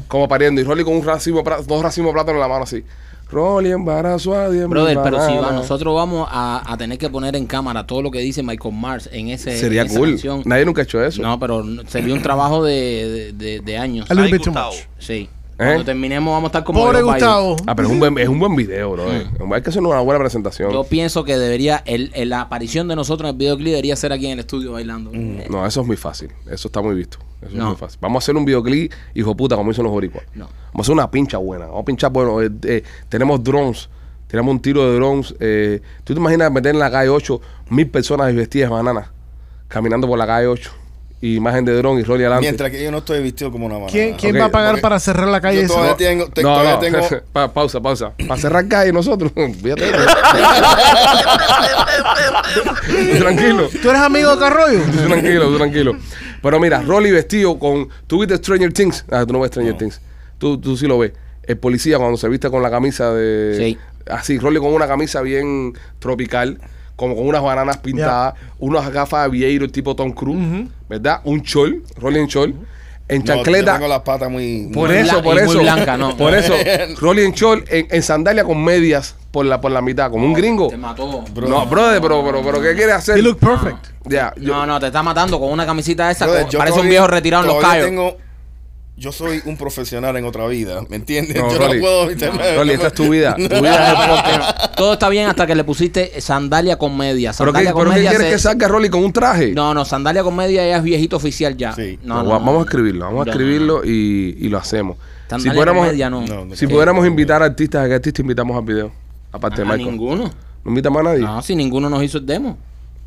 Speaker 1: Como pariendo. Y Rolly con un racimo, de plá- dos racimos de plátano en la mano así. Rolly embarazó a 10.000
Speaker 2: Brother,
Speaker 1: bananas.
Speaker 2: pero si va- nosotros vamos a, a tener que poner en cámara todo lo que dice Michael Mars en ese
Speaker 1: Sería
Speaker 2: en esa
Speaker 1: cool.
Speaker 2: canción.
Speaker 1: Nadie nunca ha hecho eso.
Speaker 2: No, pero no- sería un trabajo de, de, de- de años.
Speaker 3: A little
Speaker 6: Ay,
Speaker 3: bit too
Speaker 6: Gustavo.
Speaker 3: much.
Speaker 2: Sí.
Speaker 4: ¿Eh?
Speaker 2: Cuando terminemos vamos a estar como
Speaker 3: Pobre
Speaker 2: Joe Biden.
Speaker 3: Gustavo.
Speaker 1: Ah, pero es un buen, es un buen video, bro. eh. Hay que hacer una buena presentación.
Speaker 2: Mm. Yo pienso que debería, el, el- la aparición de nosotros en el videoclip debería ser aquí en el estudio bailando.
Speaker 4: Mm.
Speaker 1: No, eso es muy fácil. Eso está muy visto. Eso es
Speaker 2: No.
Speaker 1: muy fácil. Vamos a hacer un videoclip, hijo de puta, como dicen los boricuas.
Speaker 2: No.
Speaker 1: Vamos a hacer una pincha buena. Vamos a pinchar bueno. eh, eh, tenemos drones. Tenemos un tiro de drones. eh, ¿Tú te imaginas meter en la calle 8 mil personas vestidas de bananas caminando por la calle 8? Y imagen de drone y Rolly adelante.
Speaker 4: Mientras que yo no estoy vestido como una banana.
Speaker 3: ¿Quién, quién
Speaker 1: Ok,
Speaker 3: va a pagar
Speaker 4: ok.
Speaker 3: para cerrar la calle?
Speaker 4: Yo
Speaker 3: esa?
Speaker 4: todavía tengo, te-
Speaker 1: no,
Speaker 4: todavía
Speaker 1: no.
Speaker 4: tengo
Speaker 1: Pa- pausa, pausa. Para cerrar calle nosotros. Fíjate. Tranquilo.
Speaker 3: ¿Tú eres amigo de Carroyo?
Speaker 1: Tú tranquilo, tú tranquilo. Pero mira, Rolly vestido con. ¿Tú viste Stranger Things? Ah, tú no ves Stranger Things. Tú, tú sí lo ves. El policía cuando se viste con la camisa de.
Speaker 2: Sí.
Speaker 1: Así, Rolly con una camisa bien tropical, como con unas bananas pintadas, unas gafas de vieiro tipo Tom Cruise, ¿verdad? Un chol, Rolly en chol. En
Speaker 4: No, yo
Speaker 1: chancleta.
Speaker 4: tengo las patas muy.
Speaker 1: Por
Speaker 4: muy-
Speaker 2: Muy
Speaker 1: eso,
Speaker 2: blan-
Speaker 1: por
Speaker 2: y muy
Speaker 1: eso.
Speaker 2: blanca, no.
Speaker 1: Por eso, Rolly en chol, en, en sandalia con medias por la, por la mitad, como un gringo.
Speaker 2: Te mató.
Speaker 1: No, brother, pero, pero, pero, ¿qué quieres hacer?
Speaker 3: You look perfect.
Speaker 1: Ya, yo-
Speaker 2: no, no, te está matando con una camisita esa.
Speaker 4: Brother,
Speaker 2: con-
Speaker 4: yo
Speaker 2: parece un
Speaker 4: todavía-
Speaker 2: viejo retirado en los
Speaker 4: todavía
Speaker 2: callos.
Speaker 4: tengo yo soy un profesional en otra vida, ¿me entiendes?
Speaker 1: No,
Speaker 4: yo
Speaker 1: Rolly.
Speaker 4: no puedo... ¿viste?
Speaker 1: Rolly, esta es tu vida. Tu vida es el podcast.
Speaker 2: Todo está bien hasta que le pusiste sandalia con media.
Speaker 1: ¿Pero qué,
Speaker 2: Sandalia con
Speaker 1: pero qué
Speaker 2: media
Speaker 1: quieres
Speaker 2: se-
Speaker 1: que salga Rolly con un traje?
Speaker 2: No, no, sandalia con media ya es viejito oficial ya.
Speaker 4: Sí.
Speaker 2: No, no,
Speaker 1: Va-
Speaker 2: no.
Speaker 1: Pues vamos a escribirlo, vamos a
Speaker 2: No,
Speaker 1: escribirlo y, y lo hacemos. Si
Speaker 2: Sandalia
Speaker 1: pudiéramos,
Speaker 2: con media no.
Speaker 4: No, no.
Speaker 1: si pudiéramos invitar a artistas, ¿a qué artista invitamos al video? Aparte
Speaker 2: A
Speaker 1: de Michael.
Speaker 2: ninguno.
Speaker 1: ¿No invitamos a nadie?
Speaker 2: No, si ninguno nos hizo el demo.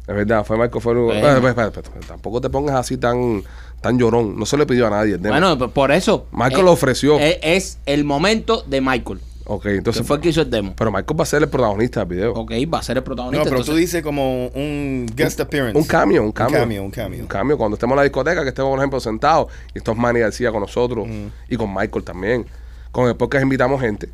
Speaker 1: Es verdad, fue Michael fue pues,
Speaker 2: Bueno.
Speaker 1: Espera, espera, espera, espera, tampoco te pongas así tan, tan llorón. No se le pidió a nadie el tema.
Speaker 2: Bueno, p- por eso.
Speaker 1: Michael
Speaker 2: eh,
Speaker 1: lo ofreció.
Speaker 2: eh, Es, el momento de Michael.
Speaker 1: ok,
Speaker 2: Que
Speaker 1: entonces.
Speaker 2: fue el que hizo el demo.
Speaker 1: Pero Michael va a ser el protagonista del video.
Speaker 2: Ok, va a ser el protagonista.
Speaker 4: No, pero tú
Speaker 2: entonces-
Speaker 4: dices como un guest appearance.
Speaker 1: Un cambio, un cambio.
Speaker 4: Un cameo, un cameo.
Speaker 1: Un cambio. Cuando estemos en la discoteca, que estemos, por ejemplo, sentados, y estos Manny García con nosotros, y con Michael también. Con el podcast invitamos gente.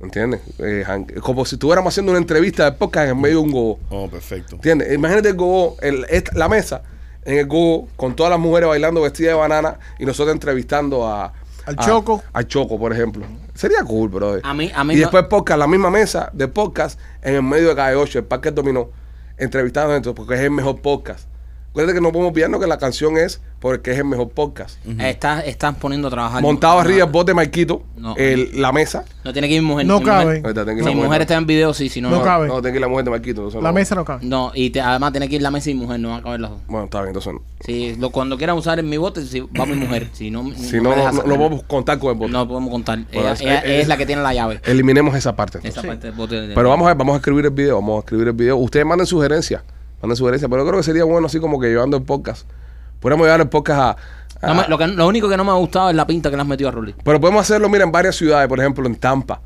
Speaker 1: ¿Entiendes? Eh, han- como si estuviéramos haciendo una entrevista de podcast en medio de un gogo.
Speaker 4: Oh, perfecto.
Speaker 1: ¿Entiendes? Imagínate el gogo, el- esta- la mesa en el gogo, con todas las mujeres bailando vestidas de banana y nosotros entrevistando a.
Speaker 3: Al
Speaker 1: a-
Speaker 3: Choco.
Speaker 1: Al Choco, por ejemplo. Sería cool, bro.
Speaker 2: A mí- a mí
Speaker 1: y
Speaker 2: no-
Speaker 1: después podcast, la misma mesa de podcast en el medio de Calle 8, el Parque Dominó, entrevistando a nosotros porque es el mejor podcast. Acuérdate que no podemos olvidarnos que la canción es porque es el mejor podcast.
Speaker 2: eh, Estás, estás poniendo a trabajar.
Speaker 1: Montado
Speaker 2: No,
Speaker 1: arriba el bote Marquito,
Speaker 2: No.
Speaker 1: el- la mesa.
Speaker 2: No tiene que ir mujer.
Speaker 3: No
Speaker 2: mi
Speaker 3: cabe.
Speaker 2: mujer-
Speaker 1: Ahorita tengo que ir a
Speaker 2: Mi
Speaker 1: la
Speaker 2: mujer
Speaker 1: mujer.
Speaker 2: está en video, sí, si no.
Speaker 3: No cabe.
Speaker 1: No, tengo que ir la mujer de Marquito. entonces
Speaker 3: La
Speaker 1: no.
Speaker 3: mesa no cabe.
Speaker 2: No, y te- además tiene que ir la mesa y mujer, no van a caber las dos.
Speaker 1: Bueno, está bien, entonces no.
Speaker 2: Sí, lo, cuando quieran usar en mi bote, si va mi mujer. Si no,
Speaker 1: Si no,
Speaker 2: me
Speaker 1: no,
Speaker 2: deja
Speaker 1: no,
Speaker 2: sacar.
Speaker 1: no podemos contar con el bote.
Speaker 2: No podemos contar. ella,
Speaker 1: es-
Speaker 2: ella-
Speaker 1: es-
Speaker 2: ella es la que tiene la llave.
Speaker 1: Eliminemos esa parte. entonces.
Speaker 2: Esa parte del bote. de-
Speaker 1: Pero vamos a ver, vamos a escribir el video, vamos a escribir el video. Ustedes manden sugerencias, manden sugerencias, pero yo creo que sería bueno así como que llevando el podcast. Podríamos llevar el podcast a... a-
Speaker 2: No me- lo, que- lo único que no me ha gustado es la pinta que le has metido a Rolly.
Speaker 1: Pero podemos hacerlo, mira, en varias ciudades, por ejemplo, en Tampa.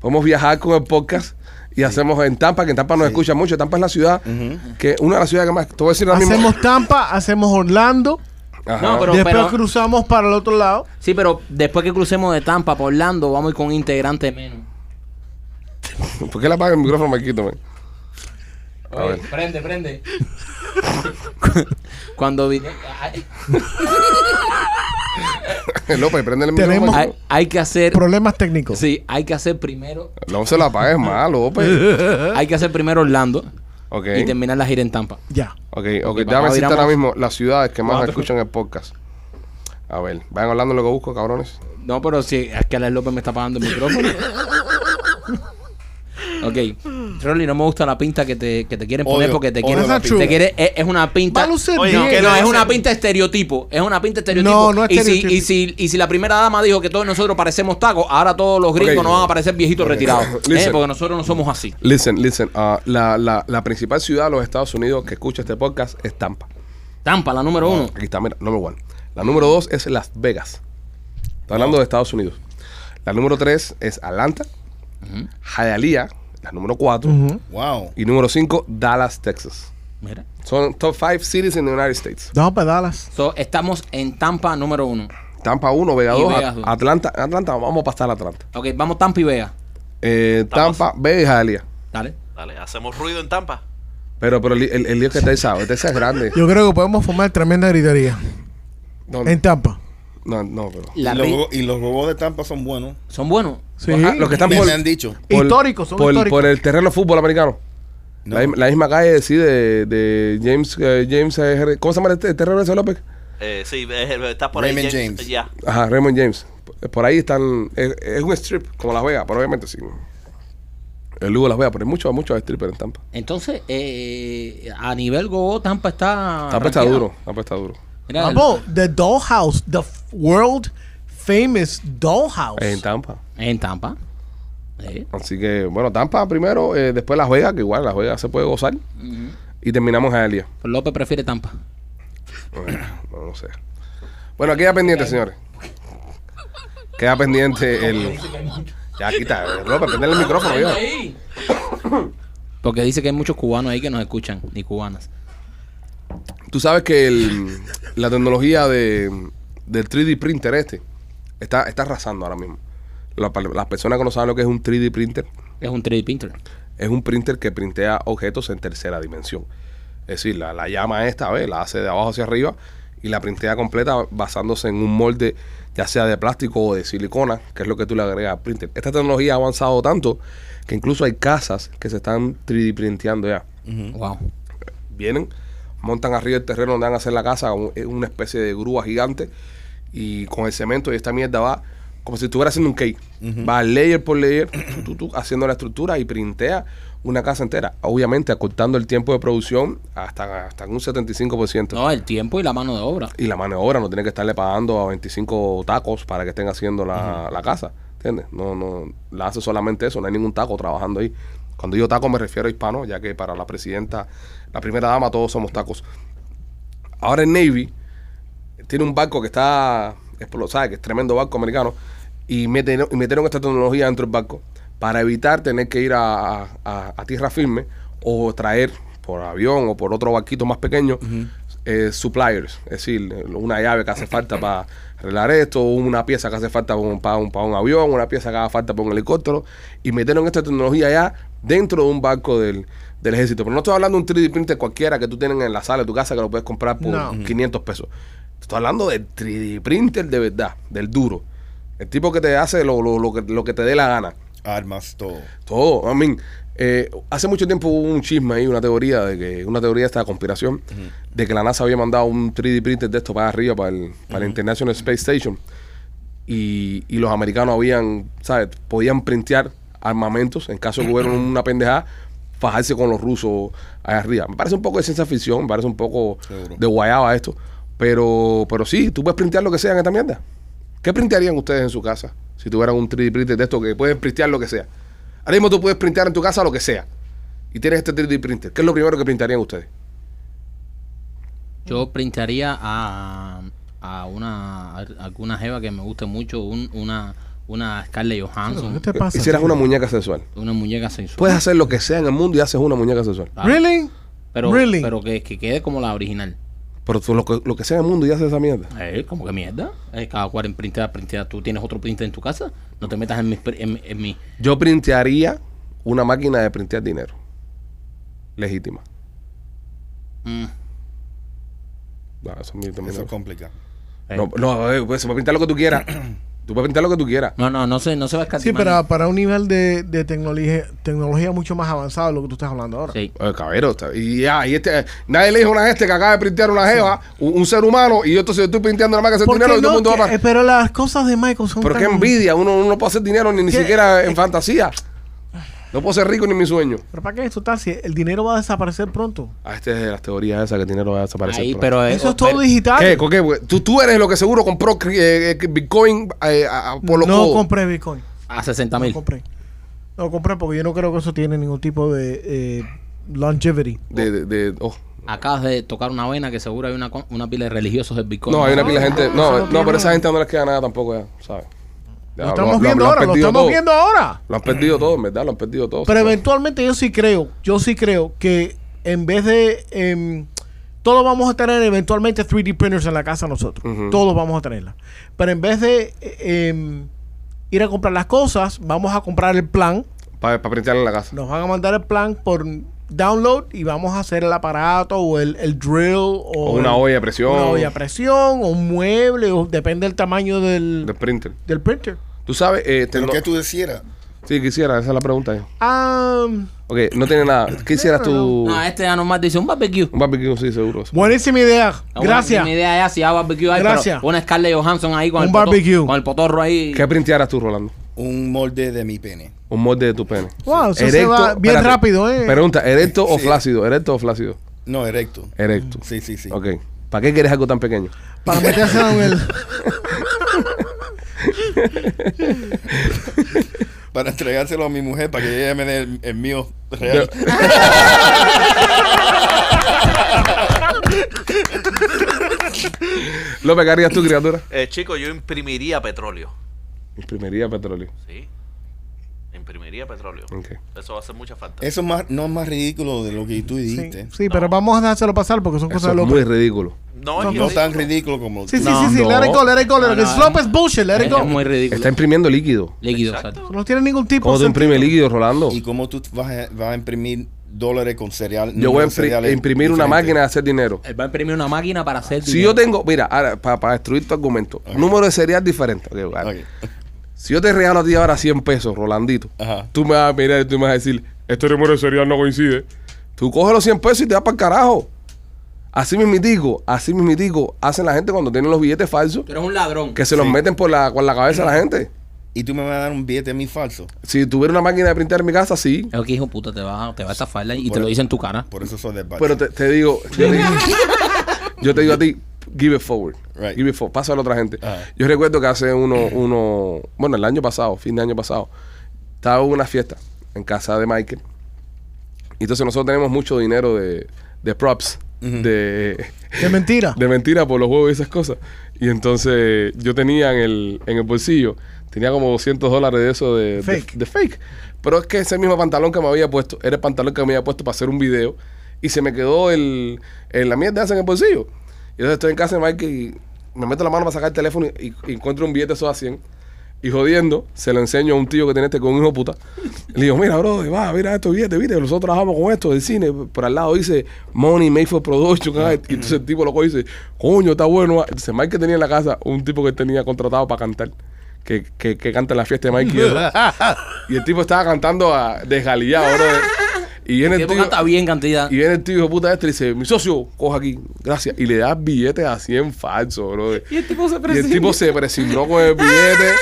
Speaker 1: Podemos viajar con el podcast y hacemos en Tampa, que en Tampa nos escucha mucho. Tampa es la ciudad, que una de las ciudades que más... Te voy a decir ahora mismo-
Speaker 3: Hacemos Tampa, hacemos Orlando,
Speaker 1: Ajá.
Speaker 2: No, pero-
Speaker 3: después cruzamos para el otro lado.
Speaker 2: Sí, pero después que crucemos de Tampa por Orlando, vamos a ir con un integrante menos.
Speaker 1: ¿Por qué le apaga el micrófono, Marquito? man? A ver.
Speaker 2: prende, prende. Cuando vine. Hay,
Speaker 1: López, prende el
Speaker 3: Tenemos-
Speaker 1: micrófono.
Speaker 2: hay- hay que hacer.
Speaker 3: Problemas técnicos.
Speaker 2: Sí, hay que hacer primero.
Speaker 1: No se lo apagues más, López.
Speaker 2: Hay que hacer primero Orlando
Speaker 1: Ok.
Speaker 2: y terminar la gira en Tampa.
Speaker 3: Ya.
Speaker 1: Ok, ok,
Speaker 2: Ok,
Speaker 1: déjame
Speaker 2: vamos,
Speaker 1: decirte
Speaker 2: viramos.
Speaker 1: ahora mismo las ciudades que más
Speaker 2: Cuatro.
Speaker 1: escuchan el podcast. A ver, vayan hablando lo que busco, cabrones.
Speaker 2: No, pero si es que Alex López me está apagando el micrófono. ok. Rolly, no me gusta la pinta que te, que te quieren poner
Speaker 4: Odio-
Speaker 2: porque te
Speaker 4: odio
Speaker 2: quieren.
Speaker 3: la
Speaker 2: te
Speaker 3: pinta.
Speaker 2: quiere- es, es una pinta.
Speaker 3: Va a lucir
Speaker 6: Oye,
Speaker 3: bien.
Speaker 2: Que no,
Speaker 6: no
Speaker 2: es
Speaker 6: es-
Speaker 2: una pinta estereotipo. Es una pinta estereotipo.
Speaker 3: No, no es
Speaker 2: y si,
Speaker 3: estereotipo.
Speaker 2: y, si, y si la primera dama dijo que todos nosotros parecemos tacos, ahora todos los gringos
Speaker 1: Ok.
Speaker 2: nos van a parecer viejitos retirados.
Speaker 1: Listen.
Speaker 2: Eh, porque nosotros no somos así.
Speaker 1: Listen, listen, ah, la, la, la principal ciudad de los Estados Unidos que escucha este podcast es Tampa. Ah,
Speaker 2: Tampa, la número uno.
Speaker 1: Aquí está, mira, número uno. La número dos es Las Vegas. Está hablando de Estados Unidos. La número tres es Atlanta. Hialeah, la número cuatro.
Speaker 3: Ujú.
Speaker 4: Wow.
Speaker 1: Y número cinco, Dallas, Texas.
Speaker 2: Mira.
Speaker 1: Son top five cities in the United States.
Speaker 3: Dos pedalas.
Speaker 2: So, estamos en Tampa número uno.
Speaker 1: Tampa 1, Vega
Speaker 2: Y
Speaker 1: 2,
Speaker 2: Vegas dos.
Speaker 1: Atlanta, Atlanta, vamos a pasar a Atlanta.
Speaker 2: Ok, vamos Tampa y Vega.
Speaker 1: Eh, Tampa, Vega y Hialeah.
Speaker 2: Dale.
Speaker 6: Dale, hacemos ruido en Tampa.
Speaker 1: Pero, pero el, el, el lío es que Texas, ¿sabes? Texas este es grande.
Speaker 3: Yo creo que podemos formar tremenda gritería.
Speaker 1: No,
Speaker 3: En Tampa.
Speaker 1: no, no, pero.
Speaker 2: La
Speaker 4: y, los,
Speaker 2: ri-
Speaker 4: go- y los gogos de Tampa son buenos.
Speaker 2: Son buenos.
Speaker 3: Sí.
Speaker 1: Ajá, los que están
Speaker 4: me,
Speaker 1: por,
Speaker 4: me han dicho.
Speaker 1: por-
Speaker 3: Históricos, son
Speaker 1: por,
Speaker 3: históricos.
Speaker 1: por el terreno de fútbol americano.
Speaker 4: No.
Speaker 1: La, im- la misma calle, sí, de, de James. eh, James eh, Henry- ¿Cómo se llama el, te- el terreno ese López?
Speaker 6: Eh, sí, es- estás por ahí.
Speaker 4: Raymond James.
Speaker 6: Ya.
Speaker 1: Ajá, Raymond James. Por ahí están. Es, es un strip, como Las Vegas, pero obviamente sí. El Lugo de Las Vegas, pero hay muchos muchos strippers en Tampa.
Speaker 2: Entonces, eh, a nivel Gogo, Tampa
Speaker 4: Ah,
Speaker 2: está.
Speaker 1: Tampa está
Speaker 2: rankeado.
Speaker 1: duro, Tampa está duro.
Speaker 2: Mira, el-
Speaker 3: Vamos, The Dollhouse, the f- world famous Dollhouse.
Speaker 1: En Tampa.
Speaker 2: en Tampa. Eh,
Speaker 1: Así que, bueno, Tampa primero, eh, después Las Vegas, que igual Las Vegas se puede gozar. Y terminamos en Hialeah.
Speaker 2: pero pues López prefiere Tampa.
Speaker 1: No, no sé. Bueno, queda pendiente, señores. Queda pendiente el. Ya, quita, López, prende el micrófono, viejo.
Speaker 2: Porque dice que hay muchos cubanos ahí que nos escuchan, ni cubanas.
Speaker 1: Tú sabes que el- la tecnología de, del 3D printer este está, está arrasando ahora mismo. La- para las personas que no saben lo que es un 3D printer,
Speaker 2: Es un 3D printer.
Speaker 1: es un printer que printea objetos en tercera dimensión. Es decir, la, la llama esta, ¿ves? la hace de abajo hacia arriba y la printea completa basándose en un molde, ya sea de plástico o de silicona, que es lo que tú le agregas al printer. Esta tecnología ha avanzado tanto que incluso hay casas que se están 3D printeando ya.
Speaker 2: Wow.
Speaker 1: Vienen, montan arriba el terreno donde van a hacer la casa, un- una especie de grúa gigante y con el cemento y esta mierda va como si estuviera haciendo un cake. Va layer por layer, tú, tú, tú, haciendo la estructura y printea una casa entera. Obviamente acortando el tiempo de producción hasta, hasta un 75%.
Speaker 2: No, el tiempo y la mano de obra.
Speaker 1: Y la mano de obra no tiene que estarle pagando a 25 tacos para que estén haciendo la, la casa. ¿Entiendes? No, no, la hace solamente eso, no hay ningún taco trabajando ahí. Cuando digo taco me refiero a hispano, ya que para la presidenta, la primera dama, todos somos tacos. Ahora el Navy tiene un barco que está, explo- ¿sabes? Que es tremendo barco americano, y metieron, y metieron esta tecnología dentro del barco para evitar tener que ir a, a- a- a tierra firme o traer por avión o por otro barquito más pequeño eh, suppliers, es decir, una llave que hace falta para arreglar esto, una pieza que hace falta para un, para un- para un avión, una pieza que hace falta para un helicóptero, y metieron esta tecnología ya dentro de un barco del, del ejército. Pero no estoy hablando de un 3D printer cualquiera que tú tienes en la sala de tu casa que lo puedes comprar por
Speaker 3: No.
Speaker 1: 500 pesos. Estoy hablando del 3D printer de verdad, del duro. El tipo que te hace lo, lo- lo que, lo que te dé la gana.
Speaker 4: Armas, todo.
Speaker 1: Todo, I mean, eh, hace mucho tiempo hubo un chisme ahí, una teoría de que, una teoría de esta conspiración, de que la NASA había mandado un 3D printer de esto para arriba, para el, para el International Space Station, y, y los americanos habían, ¿sabes? Podían printear armamentos en caso de que hubiera una pendejada, fajarse con los rusos allá arriba. Me parece un poco de ciencia ficción, me parece un poco
Speaker 4: Seguro.
Speaker 1: de guayaba esto, pero, pero sí, tú puedes printear lo que sea en esta mierda. ¿Qué printearían ustedes en su casa si tuvieran un 3D printer de esto que pueden printear lo que sea? Ahora mismo tú puedes printar en tu casa lo que sea. Y tienes este 3D printer. ¿Qué es lo primero que printarían ustedes?
Speaker 2: Yo printaría a, a una a alguna jeva que me guste mucho, un- una, una Scarlett
Speaker 3: ¿Qué
Speaker 2: Johansson,
Speaker 3: te pasa?
Speaker 1: Hicieras
Speaker 3: tío?
Speaker 1: una muñeca sexual.
Speaker 3: este-
Speaker 2: una muñeca sensual.
Speaker 1: Puedes hacer lo que sea en el mundo y haces una muñeca sexual.
Speaker 2: Claro.
Speaker 3: Pues, ¿Really?
Speaker 2: Pero,
Speaker 3: really?
Speaker 2: pero que, que quede como la original.
Speaker 1: Pero tú lo que, lo que sea en el mundo y haces esa mierda.
Speaker 2: Eh, como que mierda. Eh, cada cual en printea, printea. Tú tienes otro printer en tu casa. No te metas en mi. En, en mi
Speaker 1: Yo printearía una máquina de printear dinero. Legítima.
Speaker 2: Mm.
Speaker 1: No, eso es mi-
Speaker 4: Eso
Speaker 1: también
Speaker 4: es complicado.
Speaker 2: Eh.
Speaker 1: no, no, eh, pues, se puede pintar lo que tú quieras. tú puedes pintar lo que tú quieras.
Speaker 2: No, no, no se, no se va a
Speaker 3: Sí,
Speaker 2: escatimar.
Speaker 3: pero para un nivel de, de tecnología, tecnología mucho más avanzado de lo que tú estás hablando ahora.
Speaker 2: Sí.
Speaker 1: Eh, cabero, está- y ya, y este, nadie le dijo a este que acaba de printear una jeva, un, un ser humano, y yo entonces estoy printeando nada más que hacer
Speaker 3: ¿Por
Speaker 1: dinero
Speaker 3: qué
Speaker 1: y todo el mundo
Speaker 3: no?
Speaker 1: va
Speaker 3: Que-
Speaker 1: para.
Speaker 3: eh, pero las cosas de Michael son
Speaker 1: Pero qué
Speaker 3: tan-
Speaker 1: envidia, uno uno no puede hacer dinero ni, ni
Speaker 3: ¿Qué?
Speaker 1: siquiera en fantasía. No puedo ser rico ni en mi sueño.
Speaker 3: ¿Pero para qué eso tal? Si el dinero va a desaparecer pronto.
Speaker 1: Ah, esta es de las teorías esas que el dinero va a desaparecer.
Speaker 2: Ahí,
Speaker 1: pronto.
Speaker 2: pero eh,
Speaker 3: Eso es
Speaker 2: pero-
Speaker 3: todo digital.
Speaker 1: ¿Qué? ¿Con qué? Porque Tú, tú eres lo que seguro compró cri- eh, eh, Bitcoin eh, a- a- por los
Speaker 3: no
Speaker 1: codos.
Speaker 3: compré Bitcoin.
Speaker 2: A 60
Speaker 3: No
Speaker 2: mil.
Speaker 3: compré. No compré porque yo no creo que eso tiene ningún tipo de eh, longevity.
Speaker 1: De, de, de- oh.
Speaker 2: Acabas de tocar una vena que seguro hay una, con- una pila de religiosos del Bitcoin. Ah,
Speaker 1: No, hay una pila de gente.
Speaker 3: eso
Speaker 1: No,
Speaker 3: Ah, no
Speaker 1: no, pero
Speaker 3: tiene-
Speaker 1: esa gente no les queda nada tampoco, ya, ¿sabes? Ya,
Speaker 3: lo estamos
Speaker 1: han
Speaker 3: viendo ahora,
Speaker 1: perdido
Speaker 3: lo estamos
Speaker 1: todo.
Speaker 3: viendo ahora.
Speaker 1: Lo han perdido todo, en verdad, lo han perdido todo.
Speaker 3: Pero
Speaker 1: Sí,
Speaker 3: eventualmente yo sí creo, yo sí creo que en vez de... em, todos vamos a tener eventualmente 3D printers en la casa nosotros.
Speaker 1: Ujú.
Speaker 3: Todos vamos a tenerla. Pero en vez de eh, em, ir a comprar las cosas, vamos a comprar el plan.
Speaker 1: Para, para printear en la casa.
Speaker 3: Nos van a mandar el plan por download y vamos a hacer el aparato o el, el drill o,
Speaker 1: O una
Speaker 3: el-
Speaker 1: olla a presión.
Speaker 3: una olla a presión o un mueble o depende del tamaño del,
Speaker 1: De printer.
Speaker 3: del printer.
Speaker 1: Tú sabes, eh,
Speaker 4: Pero
Speaker 1: tecno-
Speaker 4: que tú decías,
Speaker 1: Sí, quisiera, esa es la pregunta. eh.
Speaker 3: Ah,
Speaker 1: Ok, no tiene nada. ¿Qué hicieras tú?
Speaker 2: No, este ya nomás dice un barbecue.
Speaker 1: Un barbecue, sí, seguro. eso.
Speaker 3: buenísima idea.
Speaker 2: Ah,
Speaker 3: Gracias.
Speaker 2: Mi idea ya si hay barbecue ahí,
Speaker 3: Gracias.
Speaker 2: pero una Scarlett Johansson ahí con
Speaker 3: Un
Speaker 2: el poto-
Speaker 3: barbecue.
Speaker 2: con el potorro ahí.
Speaker 1: ¿Qué printearas tú, Rolando?
Speaker 4: un molde de mi pene.
Speaker 1: Un molde de tu pene.
Speaker 3: Wow, eso se va bien
Speaker 1: espérate.
Speaker 3: rápido, eh.
Speaker 1: Pregunta, ¿erecto o
Speaker 4: Sí.
Speaker 1: flácido? ¿Erecto o flácido?
Speaker 4: No, erecto.
Speaker 1: Erecto.
Speaker 4: Sí, sí, sí.
Speaker 1: Ok. ¿Para qué quieres algo tan pequeño?
Speaker 3: Para meterse en el.
Speaker 4: Para entregárselo a mi mujer para que ella me dé el, el mío real.
Speaker 1: López, ¿qué harías tú, criatura?
Speaker 6: Eh, chico, yo imprimiría petróleo.
Speaker 1: Imprimiría petróleo.
Speaker 6: Sí. Imprimiría petróleo.
Speaker 1: Ok.
Speaker 6: Eso va a hacer mucha falta.
Speaker 4: Eso es más, no es más ridículo de lo que tú
Speaker 3: Sí,
Speaker 4: dijiste.
Speaker 3: sí, pero vamos a dejárselo pasar porque son
Speaker 1: Eso
Speaker 3: cosas
Speaker 1: es
Speaker 3: locas.
Speaker 1: muy ridículo.
Speaker 6: No, es
Speaker 4: No
Speaker 6: que-
Speaker 4: tan ridículo como
Speaker 3: Sí, sí,
Speaker 2: No,
Speaker 3: sí, sí. Let it
Speaker 1: no.
Speaker 3: go, let it go, let it
Speaker 2: No,
Speaker 3: go.
Speaker 2: no,
Speaker 3: Slow is bullshit, let
Speaker 2: es,
Speaker 3: it go.
Speaker 2: es muy ridículo.
Speaker 1: Está imprimiendo líquido.
Speaker 2: Líquido,
Speaker 6: Exacto.
Speaker 2: exacto.
Speaker 3: No tiene ningún tipo
Speaker 1: ¿Cómo tú
Speaker 3: de
Speaker 1: imprimes líquido, Rolando?
Speaker 4: ¿Y cómo tú vas a, vas a imprimir dólares con cereal?
Speaker 1: Yo voy a
Speaker 4: números
Speaker 1: impri-
Speaker 4: cereales
Speaker 1: imprimir una
Speaker 4: diferentes?
Speaker 1: máquina de hacer dinero.
Speaker 2: Él va a imprimir una máquina para hacer
Speaker 1: Si
Speaker 2: dinero.
Speaker 1: yo tengo, mira, ahora, para, destruir tu argumento, número de serial diferente. Ok, vale.
Speaker 4: Ok.
Speaker 1: Si yo te regalo a ti ahora 100 pesos, Rolandito,
Speaker 4: Ajá.
Speaker 1: tú me vas a mirar y tú me vas a decir, este número de serial no coincide. Tú coges los 100 pesos y te vas para el carajo. Así mismitico, así mismitico hacen la gente cuando tienen los billetes falsos
Speaker 2: Tú eres un ladrón.
Speaker 1: que se los
Speaker 4: Sí.
Speaker 1: meten por la, con la cabeza a la gente.
Speaker 4: Y tú me vas a dar un billete a mí falso.
Speaker 1: Si tuviera una máquina de printar en mi casa, sí.
Speaker 2: Es que hijo puta, te va, te va a estafar y te
Speaker 4: Por-
Speaker 2: lo dice en tu cara.
Speaker 4: Por eso soy de Bad
Speaker 1: Pero te, te digo, yo te, yo te digo a ti, give it forward.
Speaker 4: Right.
Speaker 1: Give it forward. Pásalo a la otra gente.
Speaker 4: Ah.
Speaker 1: Yo recuerdo que hace uno, uno, bueno, el año pasado, fin de año pasado, estaba en una fiesta en casa de Michael. Y entonces nosotros tenemos mucho dinero de, de props, de,
Speaker 3: De mentira.
Speaker 1: de mentira por los juegos y esas cosas. Y entonces yo tenía en el, en el bolsillo, tenía como 200 dólares de eso de de-
Speaker 3: Fake.
Speaker 1: De, fake. Pero es que ese mismo pantalón que me había puesto, era el pantalón que me había puesto para hacer un video. Y se me quedó el, el- la mierda esa en el bolsillo. Y entonces estoy en casa de Mike y me meto la mano para sacar el teléfono y, y- y encuentro un billete de esos a 100. Y jodiendo, se lo enseño a un tío que tiene este con un hijo de puta. Le digo, mira, bro, va, mira estos billetes, viste, nosotros trabajamos con esto del cine. Por al lado dice Money Made for Production. ah, Y entonces el tipo loco dice, coño, está bueno. ah. Entonces Mike tenía en la casa un tipo que tenía contratado para cantar. Que, que, que canta en la fiesta de Mike. Y, el- y el tipo estaba cantando a desgalillado, bro. Y viene el
Speaker 2: Tipo,
Speaker 1: tío.
Speaker 2: canta bien cantidad.
Speaker 1: Y viene el tío hijo de puta este y dice, mi socio, coja aquí, gracias. Y le da billetes a 100 falsos, bro. Y el tipo se presionó. Y el tipo se presionó con el billete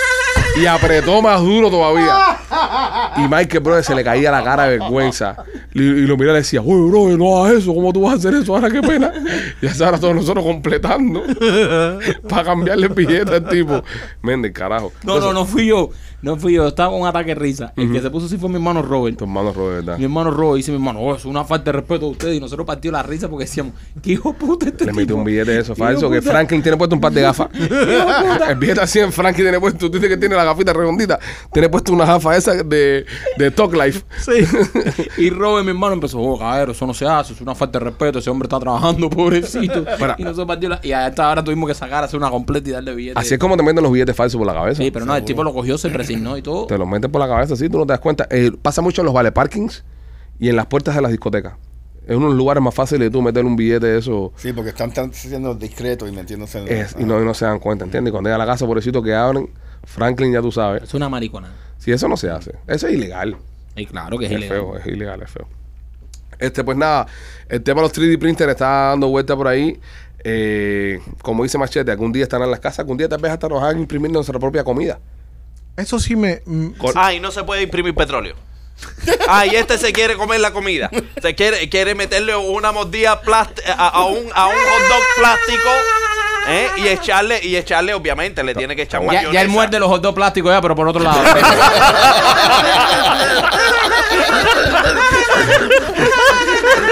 Speaker 1: y apretó más duro todavía. Y Michael, bro, se le caía la cara de vergüenza. Y, y lo miraba y le decía, oye, bro, no hagas eso, ¿cómo tú vas a hacer eso? Ahora qué pena. Y hasta ahora todos nosotros completando para cambiarle el billete al tipo. Mende, carajo.
Speaker 2: No, no, no fui yo. No fui yo. Estaba con un ataque de risa. El que se puso así fue mi hermano Robert.
Speaker 1: Tu hermano Robert, ¿verdad?
Speaker 2: Mi hermano Robert dice mi hermano, oh, es una falta de respeto a ustedes. Y nosotros partió la risa porque decíamos, ¿qué hijo de puta este
Speaker 1: Le metió
Speaker 2: tipo?
Speaker 1: un billete de eso
Speaker 2: ¿Qué hijo de
Speaker 1: falso. Que
Speaker 2: puta?
Speaker 1: Franklin tiene puesto un par de gafas. el billete así en Franklin tiene puesto. Tú dices que tiene la gafita redondita. Tiene puesto una gafa esa de, de Talk Life.
Speaker 3: Sí.
Speaker 2: Y Robert, mi hermano, empezó, oh, cabrero, eso no se hace, es una falta de respeto, ese hombre está trabajando, pobrecito.
Speaker 1: Para.
Speaker 2: Y nosotros partió la... Y a esta hora tuvimos que sacar, hacer una completa y darle billete.
Speaker 1: Así es como te meten los billetes falsos por la cabeza.
Speaker 2: Sí, pero no, el tipo lo cogió, se presignó y todo.
Speaker 1: Te los meten por la cabeza así, tú no te das cuenta. Eh, pasa mucho en los vale parkings y en las puertas de las discotecas. Es uno de los lugares más fáciles de tú meter un billete de eso.
Speaker 4: Sí, porque están, tan siendo discretos y metiéndose en...
Speaker 1: Es- y, no, y no se dan cuenta, ¿entiendes? Y cuando llega a la casa, pobrecito, que abren, Franklin ya tú sabes.
Speaker 2: Es una maricona.
Speaker 1: Si eso no se hace, eso es ilegal.
Speaker 2: Y claro que es,
Speaker 1: Es
Speaker 2: ilegal.
Speaker 1: feo, es ilegal, es feo. Este, pues nada, el tema de los 3D printers está dando vuelta por ahí. Eh, como dice Machete, algún día estarán en las casas, algún día tal vez hasta nos hagan imprimir nuestra propia comida.
Speaker 3: Eso sí me. mm,
Speaker 1: Col-
Speaker 6: Ay, Ah, no se puede imprimir petróleo. Ay, este se quiere comer la comida. Se quiere, quiere meterle una mordida plast- eh, a, a un, a un hot dog plástico. ¿eh? Y echarle, y echarle, obviamente, le tiene que echar
Speaker 2: Ya,
Speaker 6: mayonesa.
Speaker 2: ya él muerde los dos plásticos ya, pero por otro lado.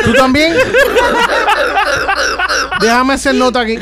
Speaker 3: ¿Tú también? Déjame hacer nota aquí.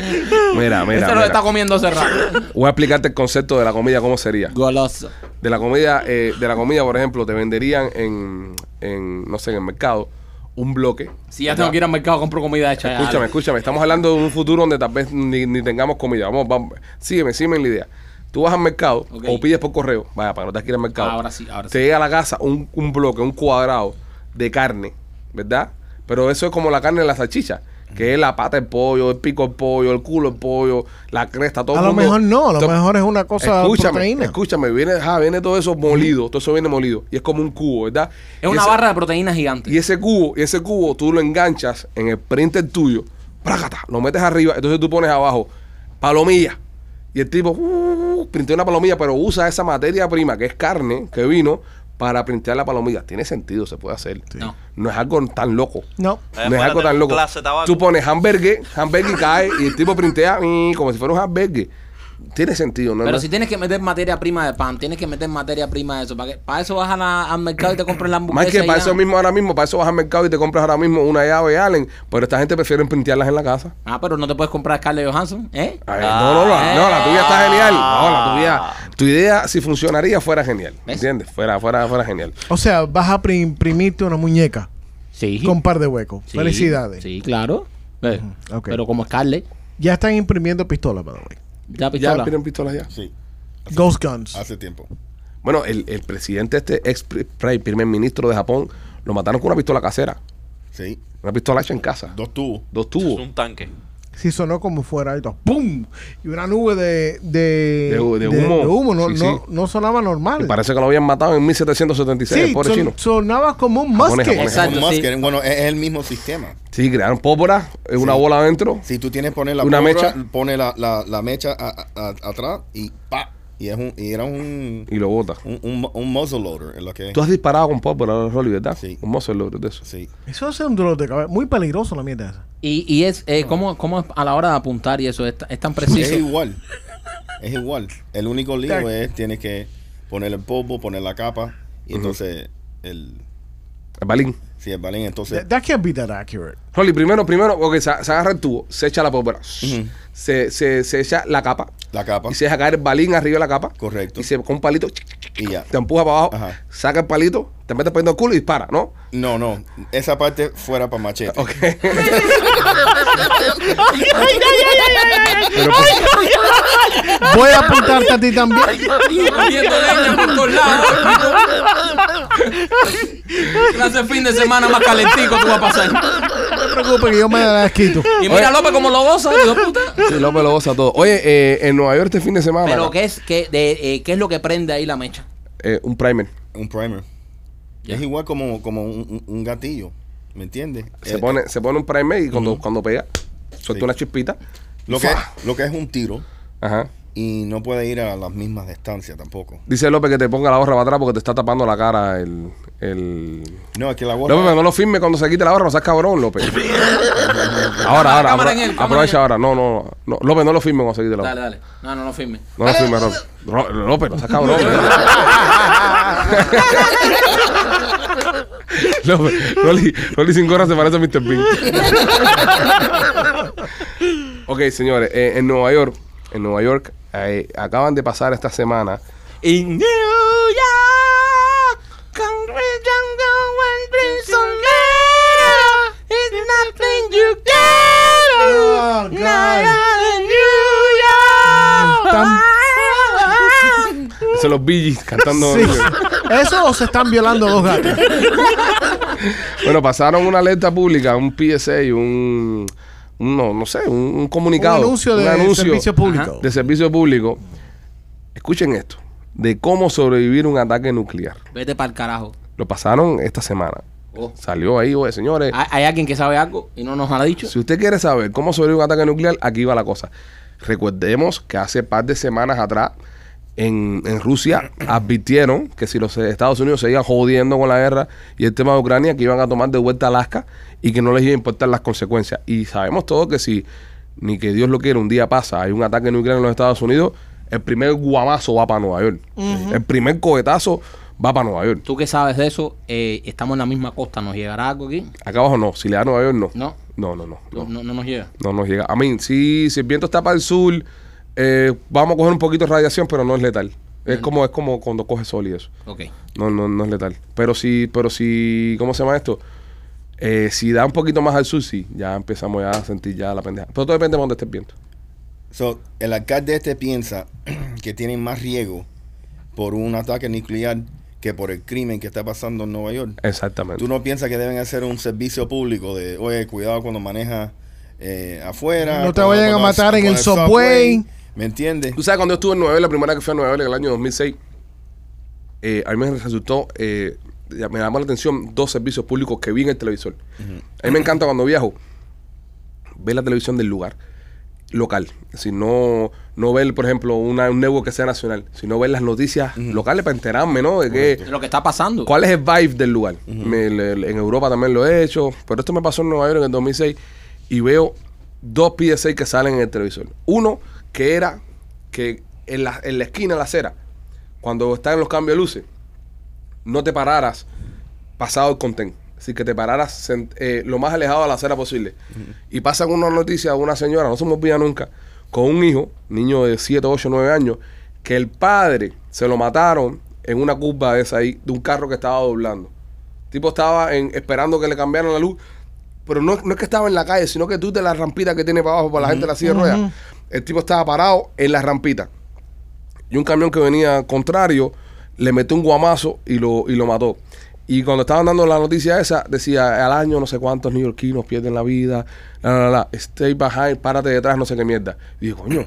Speaker 1: Mira, mira.
Speaker 2: Ese lo
Speaker 1: mira.
Speaker 2: está comiendo cerrado.
Speaker 1: Voy a explicarte el concepto de la comida, cómo sería.
Speaker 2: Goloso.
Speaker 1: De la comida, eh, de la comida, por ejemplo, te venderían en, en, no sé, en el mercado, un bloque.
Speaker 2: Si ya tengo que ir al mercado, compro comida hecha. ya.
Speaker 1: Escúchame, escúchame. Estamos hablando de un futuro donde tal vez ni, ni tengamos comida. Vamos, vamos. Sígueme, sígueme en la idea. Tú vas al mercado
Speaker 2: Ok.
Speaker 1: o pides por correo. Vaya, para que no te quieras al mercado.
Speaker 2: Ahora sí, ahora
Speaker 1: Te
Speaker 2: sí.
Speaker 1: llega a la casa un, un bloque, un cuadrado de carne, ¿verdad? Pero eso es como la carne de la salchicha. Que es la pata del pollo, el pico del pollo, el culo del pollo, la cresta, todo
Speaker 3: A
Speaker 1: el
Speaker 3: lo
Speaker 1: mundo-
Speaker 3: mejor no, a lo
Speaker 1: todo-
Speaker 3: mejor es una cosa
Speaker 1: escúchame,
Speaker 3: proteína.
Speaker 1: Escúchame, viene, ajá, viene todo eso molido, todo eso viene molido. Y es como un cubo, ¿verdad? Y
Speaker 2: Es una
Speaker 1: ese-
Speaker 2: barra de proteínas gigante.
Speaker 1: y ese cubo, y ese cubo tú lo enganchas en el printer tuyo, ¡prácata! lo metes arriba, entonces tú pones abajo palomilla. Y el tipo uh, printé una palomilla, pero usa esa materia prima que es carne, que vino, para printear la palomilla. Tiene sentido, se puede hacer.
Speaker 2: No.
Speaker 1: No es algo tan loco.
Speaker 3: No.
Speaker 1: No es algo tan loco.
Speaker 6: Eh, Clase de tabaco.
Speaker 1: Tú pones hamburger, hamburger cae y el tipo printea mm, como si fuera un hamburger. Tiene sentido, ¿no?
Speaker 2: Pero
Speaker 1: no-
Speaker 2: si tienes que meter materia prima de pan, tienes que meter materia prima de eso. ¿Para, qué? para eso vas a la- al mercado y te compras la hamburguesa.
Speaker 1: Más que
Speaker 2: y
Speaker 1: para
Speaker 2: ya.
Speaker 1: eso mismo ahora mismo, para eso vas al mercado y te compras ahora mismo una llave Allen, pero esta gente prefiere printearlas en la casa.
Speaker 2: Ah, pero no te puedes comprar Scarlett Johansson, ¿eh?
Speaker 1: Ay, Ah, no, no, la, no, la tuya
Speaker 2: Ah.
Speaker 1: está genial. No, la tuya. Tu idea, si funcionaría, fuera genial.
Speaker 2: ¿Ves?
Speaker 1: ¿Entiendes? Fuera, fuera, fuera genial.
Speaker 3: O sea, vas a pre- imprimirte una muñeca
Speaker 2: Sí.
Speaker 3: con un par de huecos.
Speaker 2: Sí,
Speaker 3: Felicidades.
Speaker 2: Sí, claro. Eh,
Speaker 3: ok.
Speaker 2: Pero como Scarlett,
Speaker 3: Ya están imprimiendo pistolas, by the way.
Speaker 2: ya
Speaker 1: Ya
Speaker 2: pistola.
Speaker 1: tienen pistolas ya.
Speaker 4: Sí,
Speaker 3: Ghost Guns.
Speaker 4: hace tiempo.
Speaker 1: Bueno, el, el presidente, este ex pri- pri- primer ministro de Japón, lo mataron con una pistola casera.
Speaker 4: Sí,
Speaker 1: Una pistola hecha en casa.
Speaker 4: dos tubos.
Speaker 1: Dos
Speaker 6: Es
Speaker 1: tubos.
Speaker 6: un tanque.
Speaker 3: sí sonó como fuera y todo, ¡pum! Y una nube de, de,
Speaker 1: De hu- de humo.
Speaker 3: no,
Speaker 1: Sí,
Speaker 3: no,
Speaker 1: sí.
Speaker 3: no sonaba normal.
Speaker 1: Y parece que lo habían matado en 1776, el
Speaker 3: sí,
Speaker 1: pobre
Speaker 3: son-
Speaker 1: chino.
Speaker 3: sonaba como un
Speaker 1: Japonés,
Speaker 3: musket.
Speaker 1: japonés.
Speaker 2: Exacto,
Speaker 4: Elon Musk,
Speaker 2: sí.
Speaker 4: eh, Bueno, es, es el mismo sistema.
Speaker 1: Sí, crearon pólvora, eh, una
Speaker 4: Sí.
Speaker 1: bola adentro.
Speaker 4: Si tú tienes que poner la
Speaker 1: Una
Speaker 4: pólvora,
Speaker 1: mecha.
Speaker 4: pone la, la, la mecha a- a- a- atrás y pa. Y, es un, y era un,
Speaker 1: Y lo bota.
Speaker 4: un, un, un muzzle loader, es lo que es.
Speaker 1: Tú has disparado con pólvora, Rolly, ¿verdad?
Speaker 4: Sí.
Speaker 1: Un mozo de eso.
Speaker 4: Sí.
Speaker 3: Eso hace un dolor de cabeza. Muy peligroso la mierda esa.
Speaker 2: Y, y es, eh, ¿cómo, ¿cómo es a la hora de apuntar y eso? ¿Es, ta- es tan preciso?
Speaker 4: Es igual. Es igual. El único lío
Speaker 3: Tac.
Speaker 4: es tienes que poner el polvo, poner la capa y entonces el
Speaker 1: El balín.
Speaker 4: si el balín entonces
Speaker 3: That, that can't be that accurate.
Speaker 1: Rolly, primero, primero, ok, se, se agarra el tubo, se echa la pólvora, se, se, se echa la capa
Speaker 4: la capa
Speaker 1: y se deja caer el balín arriba de la capa.
Speaker 4: Correcto.
Speaker 1: Y se con un palito,
Speaker 4: y ya.
Speaker 1: te empuja para abajo,
Speaker 4: Ajá.
Speaker 1: saca el palito, te metes poniendo el culo y dispara, ¿no?
Speaker 4: No, no, esa parte fuera para machete.
Speaker 1: Ok. Pero, pues,
Speaker 3: Voy a apuntarte a ti también.
Speaker 2: Comiendo leña por todos lados, chico. Clase de fin de semana más calentico tú vas a pasar.
Speaker 3: No te preocupes que yo me la quito.
Speaker 2: Y mira López como lo goza, hijo de puta.
Speaker 1: sí, López lo goza todo. Oye, eh, en Nueva York este fin de semana.
Speaker 2: Pero ¿qué es, qué, de, eh, ¿qué es lo que prende ahí la mecha?
Speaker 1: eh, un primer.
Speaker 4: Un primer.
Speaker 2: Ya.
Speaker 4: Es igual como, como un, un- un gatillo, ¿me entiendes?
Speaker 1: Se,
Speaker 4: Eh,
Speaker 1: pone, se pone un primer y cuando, cuando pega, suelta
Speaker 4: Sí.
Speaker 1: una chispita.
Speaker 4: Eh, lo que,
Speaker 1: ¡Fua!
Speaker 4: lo que es un tiro
Speaker 1: Ajá.
Speaker 4: y no puede ir a las mismas distancias tampoco.
Speaker 1: Dice López que te ponga la gorra para atrás porque te está tapando la cara el. el...
Speaker 4: No, es que la gorra
Speaker 1: López, pero no lo firme cuando se quite la gorra, no seas cabrón, López. ahora, ahora, apro-
Speaker 2: Cámara en él, cámara en él.
Speaker 1: aprovecha ahora. No, no, no. López, no lo firme cuando se quite la gorra.
Speaker 2: Dale, dale. No, no, no firme.
Speaker 1: No lo firme, López. Ro- López, no seas cabrón. López, Rolly, Rolly sin gorra se parece a Mr. Bean. ok, señores, eh, en Nueva York, en Nueva York, eh, acaban de pasar esta semana
Speaker 2: In New York, congregation one brings some love. It's nothing you can do.
Speaker 3: Oh, God.
Speaker 2: Not in New York.
Speaker 1: Son los Bee Gees cantando.
Speaker 3: Sí. Eso o se están violando dos gatos.
Speaker 1: Bueno, pasaron una alerta pública, un PSA, y un, un no, no sé, un, un
Speaker 3: Un
Speaker 1: comunicado.
Speaker 3: anuncio de
Speaker 1: un anuncio
Speaker 3: servicio público.
Speaker 1: de servicio público. Escuchen esto, de cómo sobrevivir un ataque nuclear.
Speaker 2: Vete para el carajo.
Speaker 1: Lo pasaron esta semana.
Speaker 2: Oh.
Speaker 1: Salió ahí, oye, señores.
Speaker 2: ¿Hay, hay alguien que sabe algo y no nos ha dicho.
Speaker 1: Si usted quiere saber cómo sobrevivir un ataque nuclear, aquí va la cosa. Recordemos que hace par de semanas atrás en, en Rusia advirtieron que si los Estados Unidos seguían jodiendo con la guerra y el tema de Ucrania, que iban a tomar de vuelta Alaska y que no les iba a importar las consecuencias. Y sabemos todos que si, ni que Dios lo quiera, un día pasa, hay un ataque nuclear en los Estados Unidos, el primer guamazo va para Nueva York. El primer cohetazo va para Nueva York.
Speaker 2: Tú que sabes de eso, eh, estamos en la misma costa. ¿Nos llegará algo aquí?
Speaker 1: Acá abajo no, si le da a Nueva York no.
Speaker 2: No.
Speaker 1: No, no, no.
Speaker 2: No,
Speaker 1: no.
Speaker 2: no, no nos llega.
Speaker 1: No nos llega. A mí, sí, si el viento está para el sur, eh, vamos a coger un poquito de radiación, pero no es letal. Es como, es como cuando coge sol y eso.
Speaker 2: Ok.
Speaker 1: No, no, no es letal. Pero sí, pero sí, ¿cómo se llama esto? Eh, si da un poquito más al sur, sí, ya empezamos ya a sentir ya la pendeja. Pero todo depende de dónde esté el viento.
Speaker 4: So, el alcalde este piensa que tienen más riesgo por un ataque nuclear que por el crimen que está pasando en Nueva York.
Speaker 1: Exactamente.
Speaker 4: ¿Tú no piensas que deben hacer un servicio público de, oye, cuidado cuando manejas eh, afuera?
Speaker 3: No te
Speaker 4: cuando-
Speaker 3: vayan a
Speaker 4: cuando vas-
Speaker 3: matar en
Speaker 4: con
Speaker 3: el subway.
Speaker 4: ¿Me entiendes?
Speaker 1: Tú sabes, cuando yo estuve en Nueva York, la primera vez que fui a Nueva York en el año 2006, eh, a mí me resultó, eh, ya- me llamó la atención dos servicios públicos que vi en el televisor. A mí me encanta cuando viajo, ver la televisión del lugar local, si no, no ver, por ejemplo, una, un network que sea nacional, sino ver las noticias locales para enterarme, ¿no? De qué,
Speaker 2: Lo que está pasando.
Speaker 1: ¿Cuál es el vibe del lugar? Me- el- el- en Europa también lo he hecho, pero esto me pasó en Nueva York en el 2006 y veo dos PSA que salen en el televisor. Uno que era que en la, en la esquina de la acera, cuando están en los cambios de luces, no te pararas pasado el contén. Así que te pararas sen- eh, lo más alejado de la acera posible. Y pasan una noticia de una señora, no se me olvida nunca, con un hijo, niño de 7, 8, 9 años, que el padre se lo mataron en una curva de esa ahí, de un carro que estaba doblando. El tipo estaba en- esperando que le cambiaran la luz, pero no, no es que estaba en la calle, sino que tú de la rampita que tiene para abajo, para la gente de la silla de ruedas, el tipo estaba parado en la rampita y un camión que venía contrario le metió un guamazo y lo, y lo mató. Y cuando estaban dando la noticia esa, decía, al año no sé cuántos neoyorquinos pierden la vida, la, la, la, stay behind, párate detrás, no sé qué mierda. Y dije, coño,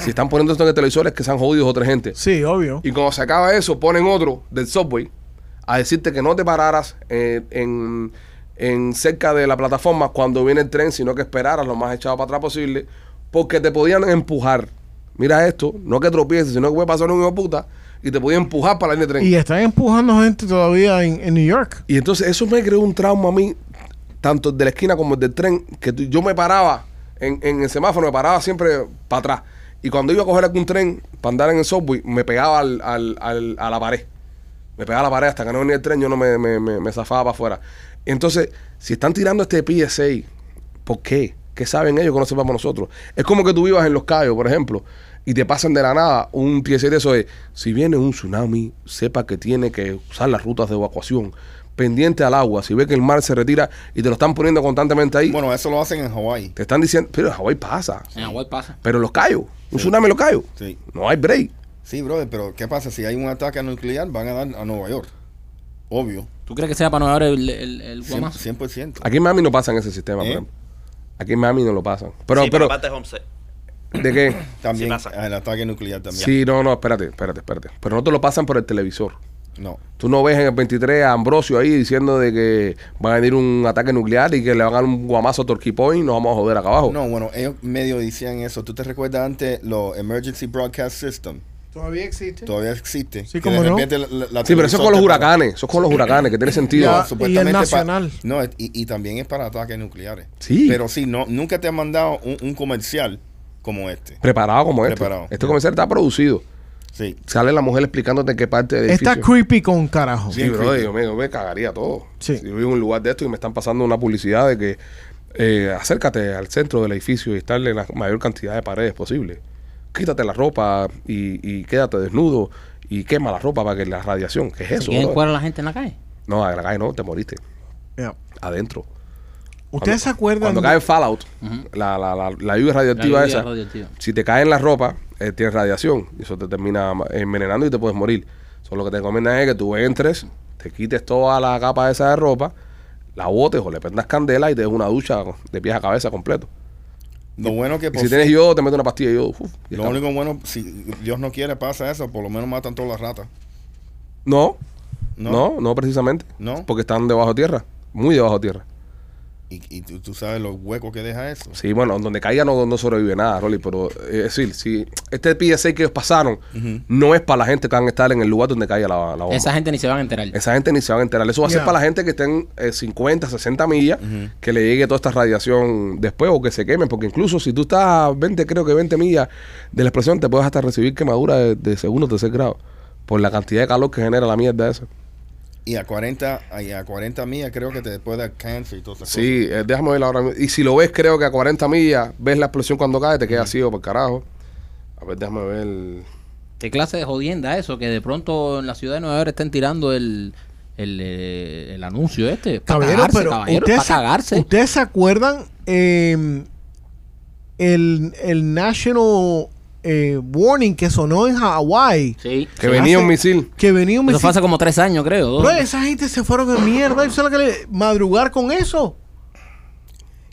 Speaker 1: si están poniendo esto en el televisor es que se han jodido otra gente.
Speaker 3: Sí, obvio.
Speaker 1: Y cuando se acaba eso, ponen otro del subway a decirte que no te pararas eh, en, en cerca de la plataforma cuando viene el tren, sino que esperaras lo más echado para atrás posible, porque te podían empujar. Mira esto, no que tropieces, sino que puede pasar un hijo de puta y te podían empujar para la línea de tren.
Speaker 3: Y están empujando gente todavía en, en New York.
Speaker 1: Y entonces eso me creó un trauma a mí, tanto el de la esquina como el del tren, que tú- yo me paraba en, en el semáforo, me paraba siempre para atrás. Y cuando iba a coger algún tren para andar en el subway, me pegaba al, al- al- a la pared. Me pegaba a la pared hasta que no venía el tren, yo no me, me, me- me zafaba para afuera. Entonces, si están tirando este PSA, ¿por qué? ¿Qué saben ellos que no sepamos nosotros? Es como que tú vivas en Los Cayos, por ejemplo, y te pasan de la nada un PSA de eso de, si viene un tsunami, sepa que tiene que usar las rutas de evacuación, pendiente al agua, si ve que el mar se retira y te lo están poniendo constantemente ahí,
Speaker 4: Bueno, eso lo hacen en Hawái.
Speaker 1: te están diciendo, pero en Hawái pasa,
Speaker 2: En Hawái pasa.
Speaker 1: pero en Los Cayos, un tsunami en Los Cayos,
Speaker 4: Sí.
Speaker 1: no hay break.
Speaker 4: Sí, brother, pero ¿qué pasa? Si hay un ataque nuclear, van a dar a Nueva York. Obvio.
Speaker 2: ¿Tú crees que sea para no ahora el, el, el
Speaker 4: Cien-
Speaker 2: guamazo?
Speaker 4: 100%.
Speaker 1: Aquí en Miami no pasan ese sistema, por
Speaker 4: ¿Eh?
Speaker 1: ejemplo. Aquí en Miami no lo pasan. Pero,
Speaker 6: Sí,
Speaker 1: pero,
Speaker 6: aparte es homesick.
Speaker 1: ¿de qué?
Speaker 4: También
Speaker 6: Sí pasa.
Speaker 4: el ataque nuclear también.
Speaker 1: Sí, no, no, espérate, espérate, espérate. Pero no te lo pasan por el televisor.
Speaker 4: No.
Speaker 1: Tú no ves en el 23 a Ambrosio ahí diciendo de que va a venir un ataque nuclear y que le van a dar un guamazo a Torquay Point y nos vamos a joder acá abajo.
Speaker 4: No, bueno, ellos medio decían eso. ¿Tú te recuerdas antes los Emergency Broadcast System?
Speaker 3: Todavía existe.
Speaker 4: Todavía existe.
Speaker 3: Sí,
Speaker 4: Que
Speaker 3: cómo
Speaker 4: de
Speaker 3: no.
Speaker 4: repente la- la- la
Speaker 1: sí, pero eso es con los
Speaker 4: televisora-
Speaker 1: huracanes, eso es con los huracanes, que tiene sentido.
Speaker 3: Ya.
Speaker 4: No,
Speaker 3: y
Speaker 4: supuestamente
Speaker 3: el
Speaker 4: pa-
Speaker 3: nacional.
Speaker 4: no, y, y también es para ataques nucleares.
Speaker 1: Sí.
Speaker 4: Pero sí, no, nunca te han mandado un, un comercial como este.
Speaker 1: Preparado como este.
Speaker 4: Preparado.
Speaker 1: Este comercial está producido.
Speaker 4: Sí.
Speaker 1: Sale la mujer explicándote qué parte del
Speaker 3: Está
Speaker 1: edificio.
Speaker 3: creepy con carajo.
Speaker 1: Sí, bro, yo me, yo me cagaría todo.
Speaker 3: Sí.
Speaker 1: Si yo vivo en un lugar de esto y me están pasando una publicidad de que eh, acércate al centro del edificio y estarle la mayor cantidad de paredes posible. Quítate la ropa y, y quédate desnudo y quema la ropa para que la radiación. ¿Qué es
Speaker 2: ¿Se
Speaker 1: eso?
Speaker 2: quieren
Speaker 1: bro?
Speaker 2: cuadrar a la gente en la calle?
Speaker 1: No, en la calle no, te moriste.
Speaker 3: Yeah.
Speaker 1: Adentro.
Speaker 3: ¿Ustedes se acuerdan?
Speaker 1: Cuando
Speaker 3: de-
Speaker 1: cae el Fallout, la, la, la, la lluvia radioactiva
Speaker 2: La lluvia
Speaker 1: esa,
Speaker 2: radioactiva.
Speaker 1: si te cae en la ropa, eh, tienes radiación. Y eso te termina envenenando y te puedes morir. Solo lo que te recomiendan es que tú entres, te quites toda la capa esa de ropa, la botes o le prendas candela y te des una ducha de pies a cabeza completo.
Speaker 4: Lo bueno que
Speaker 1: Y
Speaker 4: por
Speaker 1: si
Speaker 4: fin-
Speaker 1: tienes yodo, te metes una pastilla de yodo. uf, y
Speaker 4: lo
Speaker 1: está.
Speaker 4: único bueno, si Dios no quiere pasa eso, por lo menos matan todas las ratas.
Speaker 1: No,
Speaker 4: No.
Speaker 1: no, no, precisamente.
Speaker 4: No.
Speaker 1: Porque están debajo de tierra, muy debajo de tierra.
Speaker 4: Y, y tú, tú sabes los huecos que deja eso.
Speaker 1: Sí, bueno, donde caiga no, no sobrevive nada, Rolly, pero eh, es decir, si este PSA que ellos pasaron no es para la gente que van a estar en el lugar donde caiga la, la bomba.
Speaker 2: Esa gente ni se van a enterar.
Speaker 1: Esa gente ni se van a enterar. Eso va a ser
Speaker 3: Ya.
Speaker 1: para la gente que estén eh, 50, 60 millas, que le llegue toda esta radiación después o que se quemen, porque incluso si tú estás a 20, creo que 20 millas de la explosión, te puedes hasta recibir quemadura de, de segundo o tercer grado por la cantidad de calor que genera la mierda esa.
Speaker 4: Y a 40, y a 40 millas creo que te puede dar cáncer y todas esas cosas.
Speaker 1: Sí, eh, déjame verla ahora mismo. Y si lo ves, creo que a 40 millas, ves la explosión cuando cae, te quedas ciego por carajo. A ver, déjame ver.
Speaker 2: ¿Qué clase de jodienda eso? Que de pronto en la ciudad de Nueva York estén tirando el, el, eh, el anuncio este. Para
Speaker 3: Caballero,
Speaker 2: cagarse,
Speaker 3: pero
Speaker 2: caballero,
Speaker 3: ustedes,
Speaker 2: para
Speaker 3: se-
Speaker 2: cagarse.
Speaker 3: ¿ustedes se acuerdan eh, el, el National eh, Warning que sonó en Hawái?
Speaker 2: Sí.
Speaker 1: Que venía
Speaker 3: hace-
Speaker 1: un misil.
Speaker 3: Que venía un Pues-
Speaker 2: Eso fue
Speaker 3: misil.
Speaker 2: hace como tres años, creo. dos.
Speaker 3: Bro, esa gente se fueron de mierda. ¿Y sabes lo que le- madrugar con eso?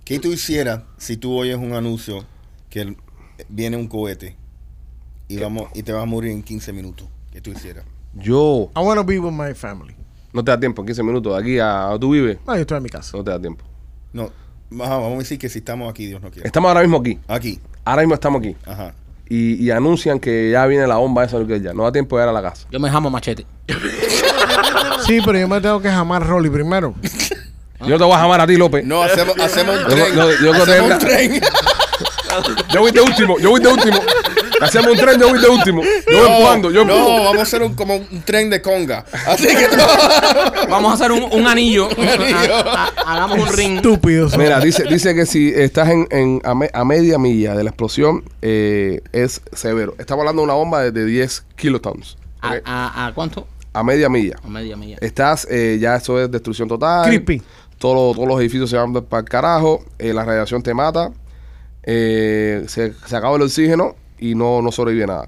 Speaker 4: ¿Qué tú hicieras si tú oyes un anuncio que el- viene un cohete y, vamos, y te vas a morir en 15 minutos? ¿Qué tú hicieras?
Speaker 1: Yo.
Speaker 3: I want to be with my family.
Speaker 1: No te da tiempo, en 15 minutos. De aquí a, a tú vives,
Speaker 3: No, yo estoy en mi casa.
Speaker 1: no te da tiempo.
Speaker 4: No, ajá, vamos a decir que si estamos aquí, Dios no quiere.
Speaker 1: Estamos ahora mismo aquí.
Speaker 4: Aquí,
Speaker 1: Ahora mismo estamos aquí.
Speaker 4: ajá.
Speaker 1: Y, y anuncian que ya viene la bomba esa que ya. No da tiempo de ir a la casa.
Speaker 2: Yo me jamo a machete.
Speaker 1: Oh.
Speaker 3: Sí, pero yo me tengo que jamar Rolly primero.
Speaker 1: Yo te voy a llamar a ti, López.
Speaker 4: Ah. No, hacemos, hacemos un
Speaker 1: Yo-
Speaker 4: tren.
Speaker 1: yo- yo creo que
Speaker 4: hacemos un
Speaker 1: era-
Speaker 4: tren.
Speaker 1: Yo voy de último, yo voy de último. Hacemos un tren, yo voy de último. Yo voy
Speaker 4: No,
Speaker 1: empujando, yo
Speaker 4: no,
Speaker 1: empujo.
Speaker 4: vamos a hacer un, como un tren de conga. Así que no.
Speaker 2: Vamos a hacer un, un anillo. Ha- ha- hagamos un ring.
Speaker 3: Estúpidos.
Speaker 1: Mira, dice, dice que si estás en, en- a, me- a media milla de la explosión, eh, es severo. Estamos hablando de una bomba de, de 10 kilotons.
Speaker 2: ¿A,
Speaker 1: ¿ok?
Speaker 2: a, a cuánto?
Speaker 1: A media milla.
Speaker 2: A media milla.
Speaker 1: Estás, eh, ya eso es destrucción total.
Speaker 3: Creepy.
Speaker 1: Todo- todos los edificios se van para el carajo. eh, la radiación te mata. eh, se, se acaba el oxígeno y no, no sobrevive nada.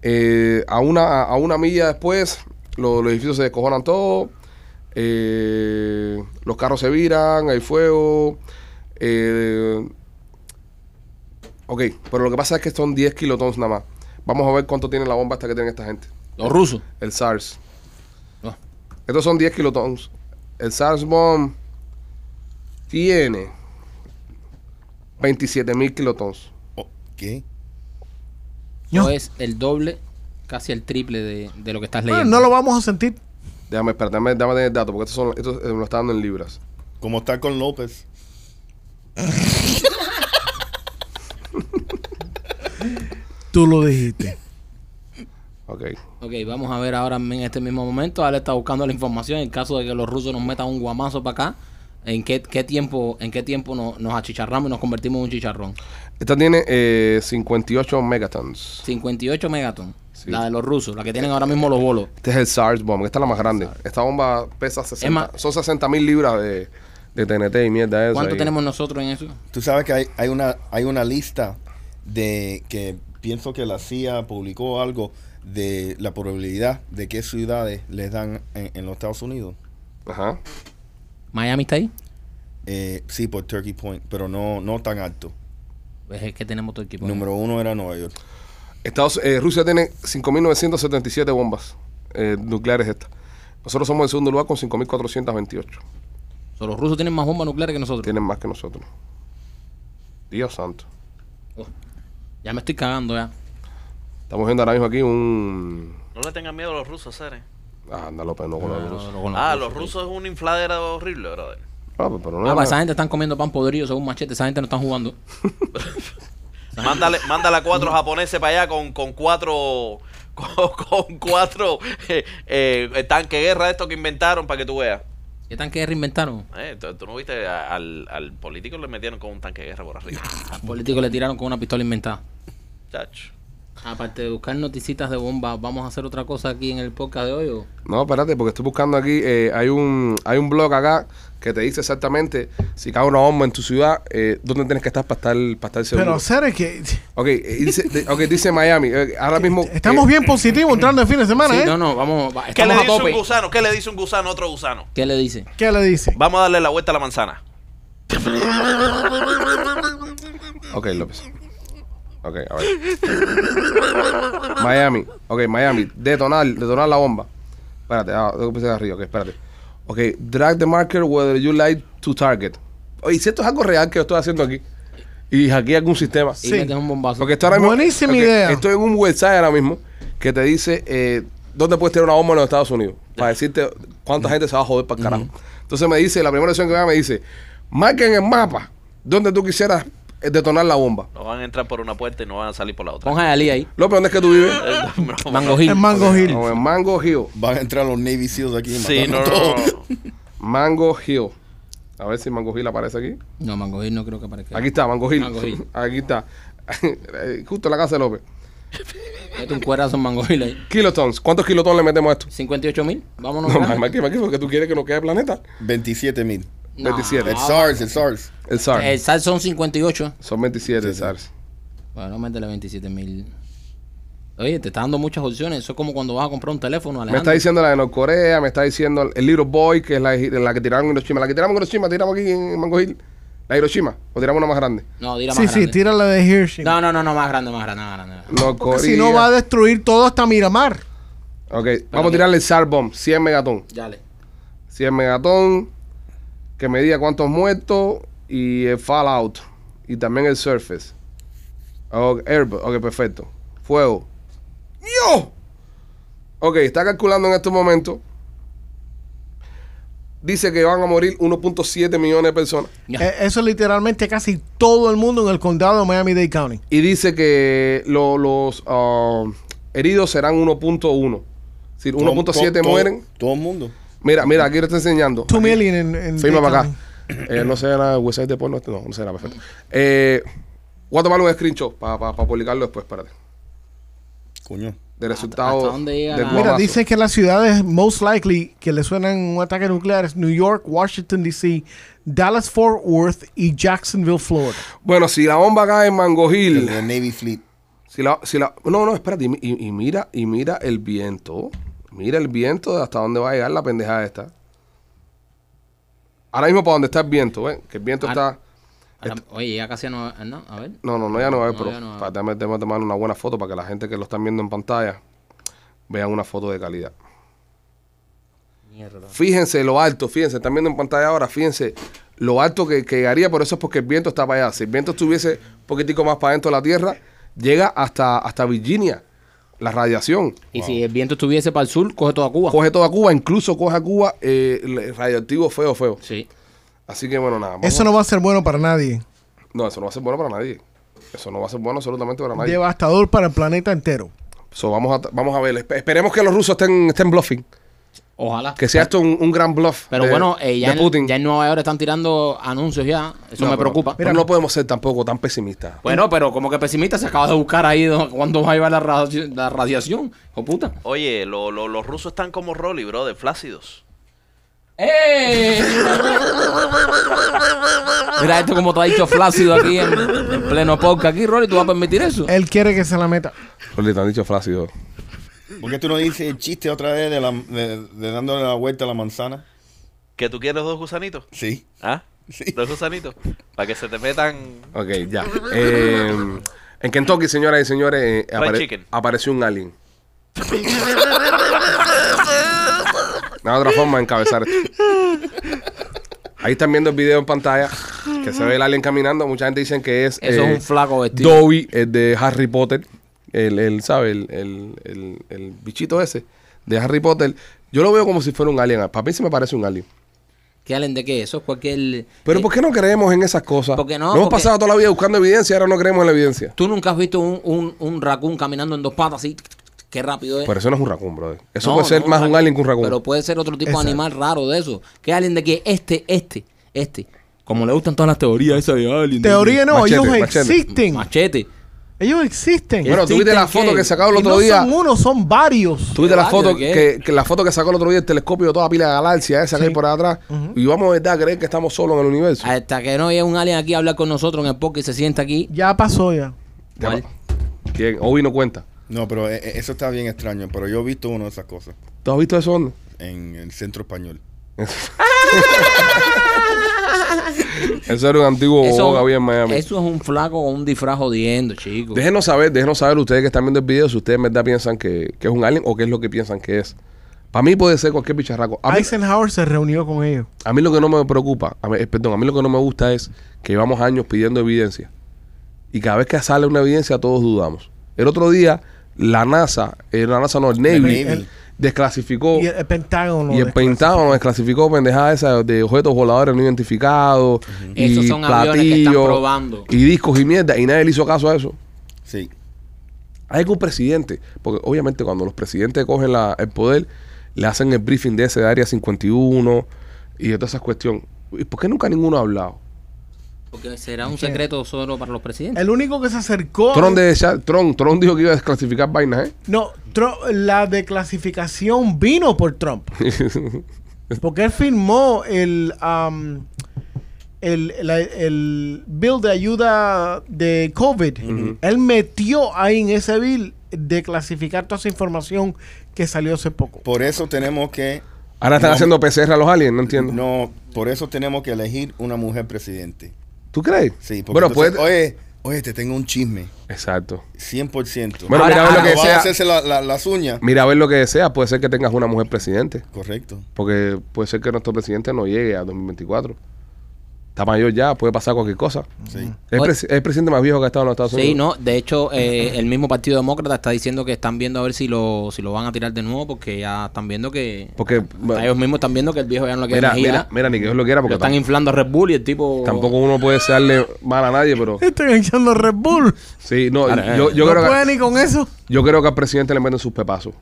Speaker 1: Eh, a, una, a una milla después, lo- los edificios se descojonan todos. eh, los carros se viran, hay fuego. eh, ok, pero lo que pasa es que son 10 kilotons nada más. Vamos a ver cuánto tiene la bomba hasta que tienen esta gente.
Speaker 2: Los rusos.
Speaker 1: El SARS.
Speaker 2: Ah.
Speaker 1: Estos son 10 kilotons. El SARS bomb tiene 27 mil kilotons.
Speaker 4: Oh, ¿Qué?
Speaker 2: Eso es el doble, casi el triple de, de lo que estás
Speaker 3: Bueno,
Speaker 2: leyendo.
Speaker 3: Ah, no lo vamos a sentir.
Speaker 1: Déjame, espera, déjame, déjame tener el dato, porque estos son, estos eh, me lo está dando en libras.
Speaker 4: Como está con López.
Speaker 3: Tú lo dijiste.
Speaker 1: Ok.
Speaker 2: Ok, vamos a ver ahora en este mismo momento. Ale está buscando la información en caso de que los rusos nos metan un guamazo para acá. ¿En qué, qué tiempo, en qué tiempo no- nos achicharramos y nos convertimos en un chicharrón?
Speaker 1: Esta tiene eh, 58 megatons.
Speaker 2: 58 megatons.
Speaker 1: Sí.
Speaker 2: La de los rusos, la que tienen ahora mismo los bolos.
Speaker 1: Este es el SARS bomb, esta es la más grande. Esta bomba pesa 60.
Speaker 2: Es más-
Speaker 1: son 60 mil libras de, de TNT y mierda esa.
Speaker 2: ¿Cuánto
Speaker 1: y-
Speaker 2: tenemos nosotros en eso?
Speaker 4: Tú sabes que hay, hay una hay una lista de que pienso que la CIA publicó algo de la probabilidad de qué ciudades les dan en, en los Estados Unidos.
Speaker 1: Ajá.
Speaker 2: ¿Miami está ahí?
Speaker 4: Eh, sí, por Turkey Point, pero no no tan alto.
Speaker 2: Pues es que tenemos todo el equipo.
Speaker 4: Número uno era Nueva York.
Speaker 1: Estados, eh, Rusia tiene 5.977 bombas eh, nucleares estas. Nosotros somos el segundo lugar con 5.428.
Speaker 2: O sea, los rusos tienen más bombas nucleares que nosotros.
Speaker 1: Tienen más que nosotros. Dios santo.
Speaker 2: Ya me estoy cagando ya.
Speaker 1: Estamos viendo ahora mismo aquí un...
Speaker 6: No le tengan miedo a los rusos, Sere.
Speaker 1: Ah, anda López, no con los rusos.
Speaker 2: Con
Speaker 6: Ah, los rusos es una infladera horrible, brother.
Speaker 1: Ah, pero no,
Speaker 2: Ah,
Speaker 1: no.
Speaker 2: pa, esa gente están comiendo pan podrido según machete. Esa gente no están jugando.
Speaker 6: Mándale, mándale a cuatro japoneses para allá con, con cuatro con, con cuatro eh, eh, tanque de guerra estos que inventaron para que tú veas.
Speaker 2: ¿Qué tan que reinventaron?
Speaker 6: Eh, ¿tú, tú no viste a- al, al político le metieron con un tanque de guerra por arriba.
Speaker 2: Al político le tiraron con una pistola inventada.
Speaker 6: Chacho.
Speaker 2: Aparte de buscar noticitas de bombas, vamos a hacer otra cosa aquí en el podcast de hoy. ¿o?
Speaker 1: No, espérate, porque estoy buscando aquí. eh, hay un hay un blog acá que te dice exactamente si cae una bomba en tu ciudad, eh, dónde tienes que estar para estar, para estar seguro.
Speaker 3: Pero hacer es que
Speaker 1: ok, eh, dice, de- ok, dice Miami. eh, ahora mismo.
Speaker 3: estamos
Speaker 1: eh,
Speaker 3: bien positivos entrando el fin de semana,
Speaker 2: Sí,
Speaker 3: ¿eh?
Speaker 2: no, no, vamos, va-
Speaker 6: ¿Qué le
Speaker 2: estamos a
Speaker 6: dice un
Speaker 2: tope.
Speaker 6: gusano? ¿Qué le dice un gusano a otro gusano?
Speaker 2: ¿Qué le dice?
Speaker 3: ¿Qué le dice?
Speaker 6: Vamos a darle la vuelta a la manzana.
Speaker 1: Ok, López. Ok, a ver. Miami. Ok, Miami. Detonar, detonar la bomba. Espérate, ah, tengo que empezar arriba. Ok, espérate. Ok, drag the marker whether you like to target. Oye, si esto es algo real que yo estoy haciendo aquí. Y hackeé algún sistema.
Speaker 2: Y metes un bombazo.
Speaker 1: Porque esto ahora mismo-
Speaker 3: Buenísima
Speaker 1: ok,
Speaker 3: idea.
Speaker 1: Estoy en un website ahora mismo que te dice eh, dónde puedes tirar una bomba en los Estados Unidos. Para decirte cuánta gente se va a joder para el carajo. Entonces me dice, la primera opción que me da me dice, marca en el mapa donde tú quisieras eh, detonar la bomba.
Speaker 6: No van a entrar por una puerta y no van a salir por la otra. Eh,
Speaker 2: Ponja de Ali ahí.
Speaker 1: López, ¿dónde es que tú vives?
Speaker 6: No,
Speaker 2: Mango Gil.
Speaker 3: El Mango Hill.
Speaker 1: No, en Mango Hill.
Speaker 4: Van a entrar los Navy Seals aquí.
Speaker 6: Sí,
Speaker 4: matando
Speaker 6: no,
Speaker 4: a
Speaker 6: no,
Speaker 4: todos.
Speaker 6: no.
Speaker 1: Mango Hill. A ver si Mango Hill aparece aquí.
Speaker 2: No, Mango Gil no creo que aparezca.
Speaker 1: Aquí está, Mango Hill.
Speaker 2: Mango Hill.
Speaker 1: aquí está. Eh, Justo en la casa de López.
Speaker 2: Mete un cuerazo en Mango Gil ahí.
Speaker 1: Kilotons. ¿Cuántos kilotons le metemos a esto?
Speaker 2: 58 mil. Vámonos.
Speaker 1: No,
Speaker 2: grande.
Speaker 1: Mike, Mike, porque tú quieres que nos quede planeta.
Speaker 4: 27 mil.
Speaker 2: No. Eh,
Speaker 1: 27.
Speaker 4: El SARS, el SARS.
Speaker 1: El SAR.
Speaker 2: El SAR son 58.
Speaker 1: Son 27
Speaker 4: sí.
Speaker 1: SARS.
Speaker 2: Bueno, métele 27 mil. Oye, te está dando muchas opciones. Eso es como cuando vas a comprar un teléfono,
Speaker 1: Me
Speaker 2: Alejandro.
Speaker 1: está diciendo la de Norcorea, me está diciendo el Little Boy, que es la, la que tiraron en Hiroshima. La que tiramos en Hiroshima, tiramos aquí en Mango Hill. La de Hiroshima, o tiramos una más grande.
Speaker 2: No, dila
Speaker 3: Sí,
Speaker 2: más
Speaker 3: sí,
Speaker 2: grande.
Speaker 3: tira la de Hiroshima.
Speaker 2: No, no, no, no, más grande, más grande, más grande. más grande.
Speaker 1: Norcorea.
Speaker 3: Porque si no va a destruir todo hasta Miramar.
Speaker 1: Ok, vamos a tirarle el SAR Bomb, 100 megatón.
Speaker 2: Dale.
Speaker 1: 100 megatón, que me diga cuántos muertos y el Fallout. Y también el Surface. Ok, Airbus, ok, perfecto. Fuego. ¡Yo! Ok, está calculando en este estos momentos. Dice que van a morir 1.7 millones de personas.
Speaker 2: Ya.
Speaker 3: Eh, eso es literalmente casi todo el mundo en el condado de Miami-Dade County.
Speaker 1: Y dice que lo- los ah, heridos serán 1.1. Es decir,
Speaker 4: Todo-
Speaker 1: 1.7
Speaker 4: todo-
Speaker 1: mueren.
Speaker 4: Todo, todo el mundo.
Speaker 1: Mira, mira, aquí lo está enseñando.
Speaker 3: 2
Speaker 1: Aquí.
Speaker 3: million en, en
Speaker 1: Firma
Speaker 3: Dade
Speaker 1: para acá.
Speaker 3: County.
Speaker 1: Eh, no será website de porno. este No, no será perfecto. Eh, voy a tomar un screenshot para publicarlo después. Espérate.
Speaker 4: Coño.
Speaker 1: De
Speaker 2: hasta
Speaker 1: resultados.
Speaker 2: dónde llega
Speaker 1: del
Speaker 2: la-
Speaker 1: guamazo.
Speaker 3: Mira, dicen que las ciudades most likely que le suenan un ataque nuclear es New York, Washington, D.C., Dallas, Fort Worth y Jacksonville, Florida.
Speaker 1: Bueno, si la bomba cae en Mango
Speaker 4: El
Speaker 1: Hill.
Speaker 4: de Navy Fleet.
Speaker 1: Si la, si la, no, no, espérate. Y, mi- y- y mira, y mira el viento. Mira el viento de hasta dónde va a llegar la pendejada esta. Ahora mismo para donde está el viento, ¿ves? Que el viento
Speaker 2: Ah.
Speaker 1: está...
Speaker 2: A la- oye, ya casi no, no, a ver.
Speaker 1: No, no, no, ya no va a ver,
Speaker 2: No,
Speaker 1: pero
Speaker 2: ya no va a
Speaker 1: para-
Speaker 2: ver.
Speaker 1: déjame, déjame tomar una buena foto para que la gente que lo están viendo en pantalla vean una foto de calidad.
Speaker 5: Mierda.
Speaker 1: Fíjense lo alto, fíjense, están viendo en pantalla ahora, fíjense lo alto que, que llegaría, pero eso es porque el viento está para allá. Si el viento estuviese un poquitico más para adentro de la Tierra, llega hasta, hasta Virginia, la radiación.
Speaker 2: Y si el viento estuviese para el sur, coge toda Cuba.
Speaker 1: Coge toda Cuba, incluso coge a Cuba eh, le- radioactivo feo, feo.
Speaker 2: Sí.
Speaker 1: Así que bueno, nada. vamos-
Speaker 3: Eso no va a ser bueno para nadie.
Speaker 1: no, eso no va a ser bueno para nadie. Eso no va a ser bueno absolutamente para nadie.
Speaker 3: Devastador para el planeta entero.
Speaker 1: So, vamos, a, vamos a ver. Espe- Esperemos que los rusos estén, estén bluffing.
Speaker 2: Ojalá.
Speaker 1: Que sea esto un, un gran bluff.
Speaker 2: Pero
Speaker 1: de-
Speaker 2: bueno, eh, ya,
Speaker 1: de
Speaker 2: en,
Speaker 1: Putin.
Speaker 2: ya en Nueva York están tirando anuncios ya. Eso
Speaker 1: No,
Speaker 2: me
Speaker 1: pero-
Speaker 2: preocupa.
Speaker 1: Pero no podemos ser tampoco tan pesimistas.
Speaker 2: Bueno, pero como que pesimista se acaba de buscar ahí do- cuándo va a llevar la, radi- la radiación. ¡Oh, puta!
Speaker 6: Oye, lo- lo- los rusos están como Rolly, bro, de flácidos.
Speaker 2: ¡Eh! Mira esto como te ha dicho Flácido aquí en, en pleno podcast. Aquí, Rolly, ¿tú vas a permitir eso?
Speaker 3: Él quiere que se la meta.
Speaker 1: Rolly, te han dicho flácido.
Speaker 4: ¿Por qué tú no dices el chiste otra vez de, la, de, de dándole la vuelta a la manzana?
Speaker 6: ¿Que tú quieres dos gusanitos?
Speaker 4: Sí.
Speaker 6: ¿Ah?
Speaker 4: Sí.
Speaker 6: Dos gusanitos. Para que se te metan.
Speaker 1: Ok, ya. Eh, en Kentucky, señoras y señores, eh, apare-
Speaker 6: chicken.
Speaker 1: apareció un alien. No hay otra forma de encabezar esto. Ahí están viendo el video en pantalla que se ve el alien caminando. Mucha gente dicen que es,
Speaker 2: Eso
Speaker 1: eh,
Speaker 2: es un flaco vestido.
Speaker 1: Dobby, el de Harry Potter. El, el ¿sabe? El, el- el- el bichito ese de Harry Potter. Yo lo veo como si fuera un alien. Para mí se me parece un alien.
Speaker 2: ¿Qué Allen de qué? Eso es cualquier...
Speaker 1: Pero
Speaker 2: eh,
Speaker 1: ¿por qué no creemos en esas cosas?
Speaker 2: Porque no,
Speaker 1: Nos hemos
Speaker 2: porque-
Speaker 1: pasado toda la vida buscando evidencia y ahora no creemos en la evidencia.
Speaker 2: ¿Tú nunca has visto un, un, un raccoon caminando en dos patas así? Qué rápido es.
Speaker 1: Pero eso no es un raccoon, brother. Eso
Speaker 2: No,
Speaker 1: puede ser
Speaker 2: no,
Speaker 1: más un
Speaker 2: raccoon.
Speaker 1: alien que un raccoon.
Speaker 2: Pero puede ser otro tipo
Speaker 3: Exacto.
Speaker 2: de animal raro de eso. ¿Qué Allen de qué? Este, este, este. Como le gustan todas las teorías esas de Allen. de-
Speaker 3: Teoría no,
Speaker 1: Machete,
Speaker 3: ellos
Speaker 1: machete.
Speaker 3: existen.
Speaker 2: Machete.
Speaker 3: Ellos existen.
Speaker 1: bueno, tú viste la
Speaker 2: ¿Existen
Speaker 1: foto
Speaker 2: qué?
Speaker 1: que sacaba el
Speaker 3: Y
Speaker 1: otro
Speaker 3: no
Speaker 1: día.
Speaker 3: son uno, son varios.
Speaker 1: Tú viste la foto
Speaker 2: ¿Qué?
Speaker 1: que, que la foto que sacó el otro día el telescopio de toda la pila de galaxias esa que
Speaker 3: Sí.
Speaker 1: hay por ahí atrás. Y vamos de verdad a creer que estamos solos en el universo.
Speaker 2: Hasta que no llegue un alien aquí a hablar con nosotros en el podcast y se sienta aquí.
Speaker 3: Ya pasó ya.
Speaker 1: Ya
Speaker 2: ¿Cuál?
Speaker 1: va. ¿Quién? Obi no cuenta.
Speaker 4: No, pero eh, eh, eso está bien extraño. Pero yo he visto una de esas cosas
Speaker 1: ¿Tú has visto eso? dónde?
Speaker 4: en el centro español.
Speaker 1: Eso era un antiguo bobo que había Oh, en Miami.
Speaker 2: eso es un flaco con un disfraz jodiendo, chico.
Speaker 1: Déjenos saber, déjenos saber ustedes que están viendo el video si ustedes en verdad piensan que, que es un alien o qué es lo que piensan que es. Para mí puede ser cualquier bicharraco. A mí,
Speaker 3: Eisenhower se reunió con ellos.
Speaker 1: a mí lo que no me preocupa, a mí- eh, perdón, a mí lo que no me gusta es que llevamos años pidiendo evidencia. Y cada vez que sale una evidencia todos dudamos. El otro día la NASA, eh, la NASA no, el Navy,
Speaker 4: El Navy.
Speaker 1: desclasificó
Speaker 3: Y el, el Pentágono.
Speaker 1: Oh. y el
Speaker 3: después.
Speaker 1: Pentágono desclasificó pendejadas esas de objetos voladores no identificados. y
Speaker 2: Esos son aviones que están
Speaker 1: platillos,
Speaker 2: probando.
Speaker 1: Y discos y mierda. Y nadie le hizo caso a eso.
Speaker 4: Sí.
Speaker 1: Hay que un presidente, porque obviamente cuando los presidentes cogen la- el poder, le hacen el briefing de ese de área 51 y de toda esa cuestión. ¿Y por qué nunca ninguno ha hablado?
Speaker 2: Porque será un secreto solo para los presidentes.
Speaker 3: El único que se acercó.
Speaker 4: eh.
Speaker 1: Tron, de, Tron, Tron dijo que iba a desclasificar vainas, ¿eh?
Speaker 3: No, Trump- la declasificación vino por Trump. Porque él firmó el, um, el, la- el bill de ayuda de COVID. Él metió ahí en ese bill de clasificar toda esa información que salió hace poco.
Speaker 4: Por eso tenemos que.
Speaker 1: Ahora están
Speaker 4: No.
Speaker 1: haciendo PCR a los aliens, no entiendo.
Speaker 4: No, por eso tenemos que elegir una mujer presidente.
Speaker 1: ¿Tú crees?
Speaker 4: Sí, porque
Speaker 1: Bueno,
Speaker 4: entonces,
Speaker 1: pues.
Speaker 4: oye, oye, te tengo un chisme.
Speaker 1: Exacto.
Speaker 4: 100%.
Speaker 1: Bueno,
Speaker 2: Ahora-
Speaker 1: mira a ver
Speaker 4: Cuando
Speaker 1: lo que
Speaker 4: vas Ah,
Speaker 1: sea.
Speaker 4: a hacerse la- la- las uñas.
Speaker 1: Mira a ver lo que desea. Puede ser que tengas una mujer presidente.
Speaker 4: Correcto.
Speaker 1: Porque puede ser que nuestro presidente no llegue a 2024. Está mayor ya, puede pasar cualquier cosa.
Speaker 4: Sí.
Speaker 1: Es,
Speaker 2: Oye.
Speaker 1: presi- es el presidente más viejo que ha estado en los Estados Unidos.
Speaker 2: Sí, no. De hecho, eh, el mismo Partido Demócrata está diciendo que están viendo a ver si lo, si lo van a tirar de nuevo porque ya están viendo que...
Speaker 1: Porque.
Speaker 2: a ellos mismos están viendo que el viejo ya no le queda
Speaker 1: Mira,
Speaker 2: energía.
Speaker 1: mira, mira, ni que Dios lo quiera,
Speaker 2: Lo
Speaker 1: porque
Speaker 2: están
Speaker 1: tam-
Speaker 2: inflando a Red Bull y el tipo...
Speaker 1: tampoco uno puede desearle mal a nadie, pero
Speaker 3: Están echando Red Bull.
Speaker 1: sí, no,
Speaker 2: Claro,
Speaker 1: yo,
Speaker 2: eh.
Speaker 1: yo
Speaker 3: no
Speaker 1: creo
Speaker 3: puede
Speaker 1: que,
Speaker 3: ni con eso.
Speaker 1: yo creo que al presidente le meten sus pepazos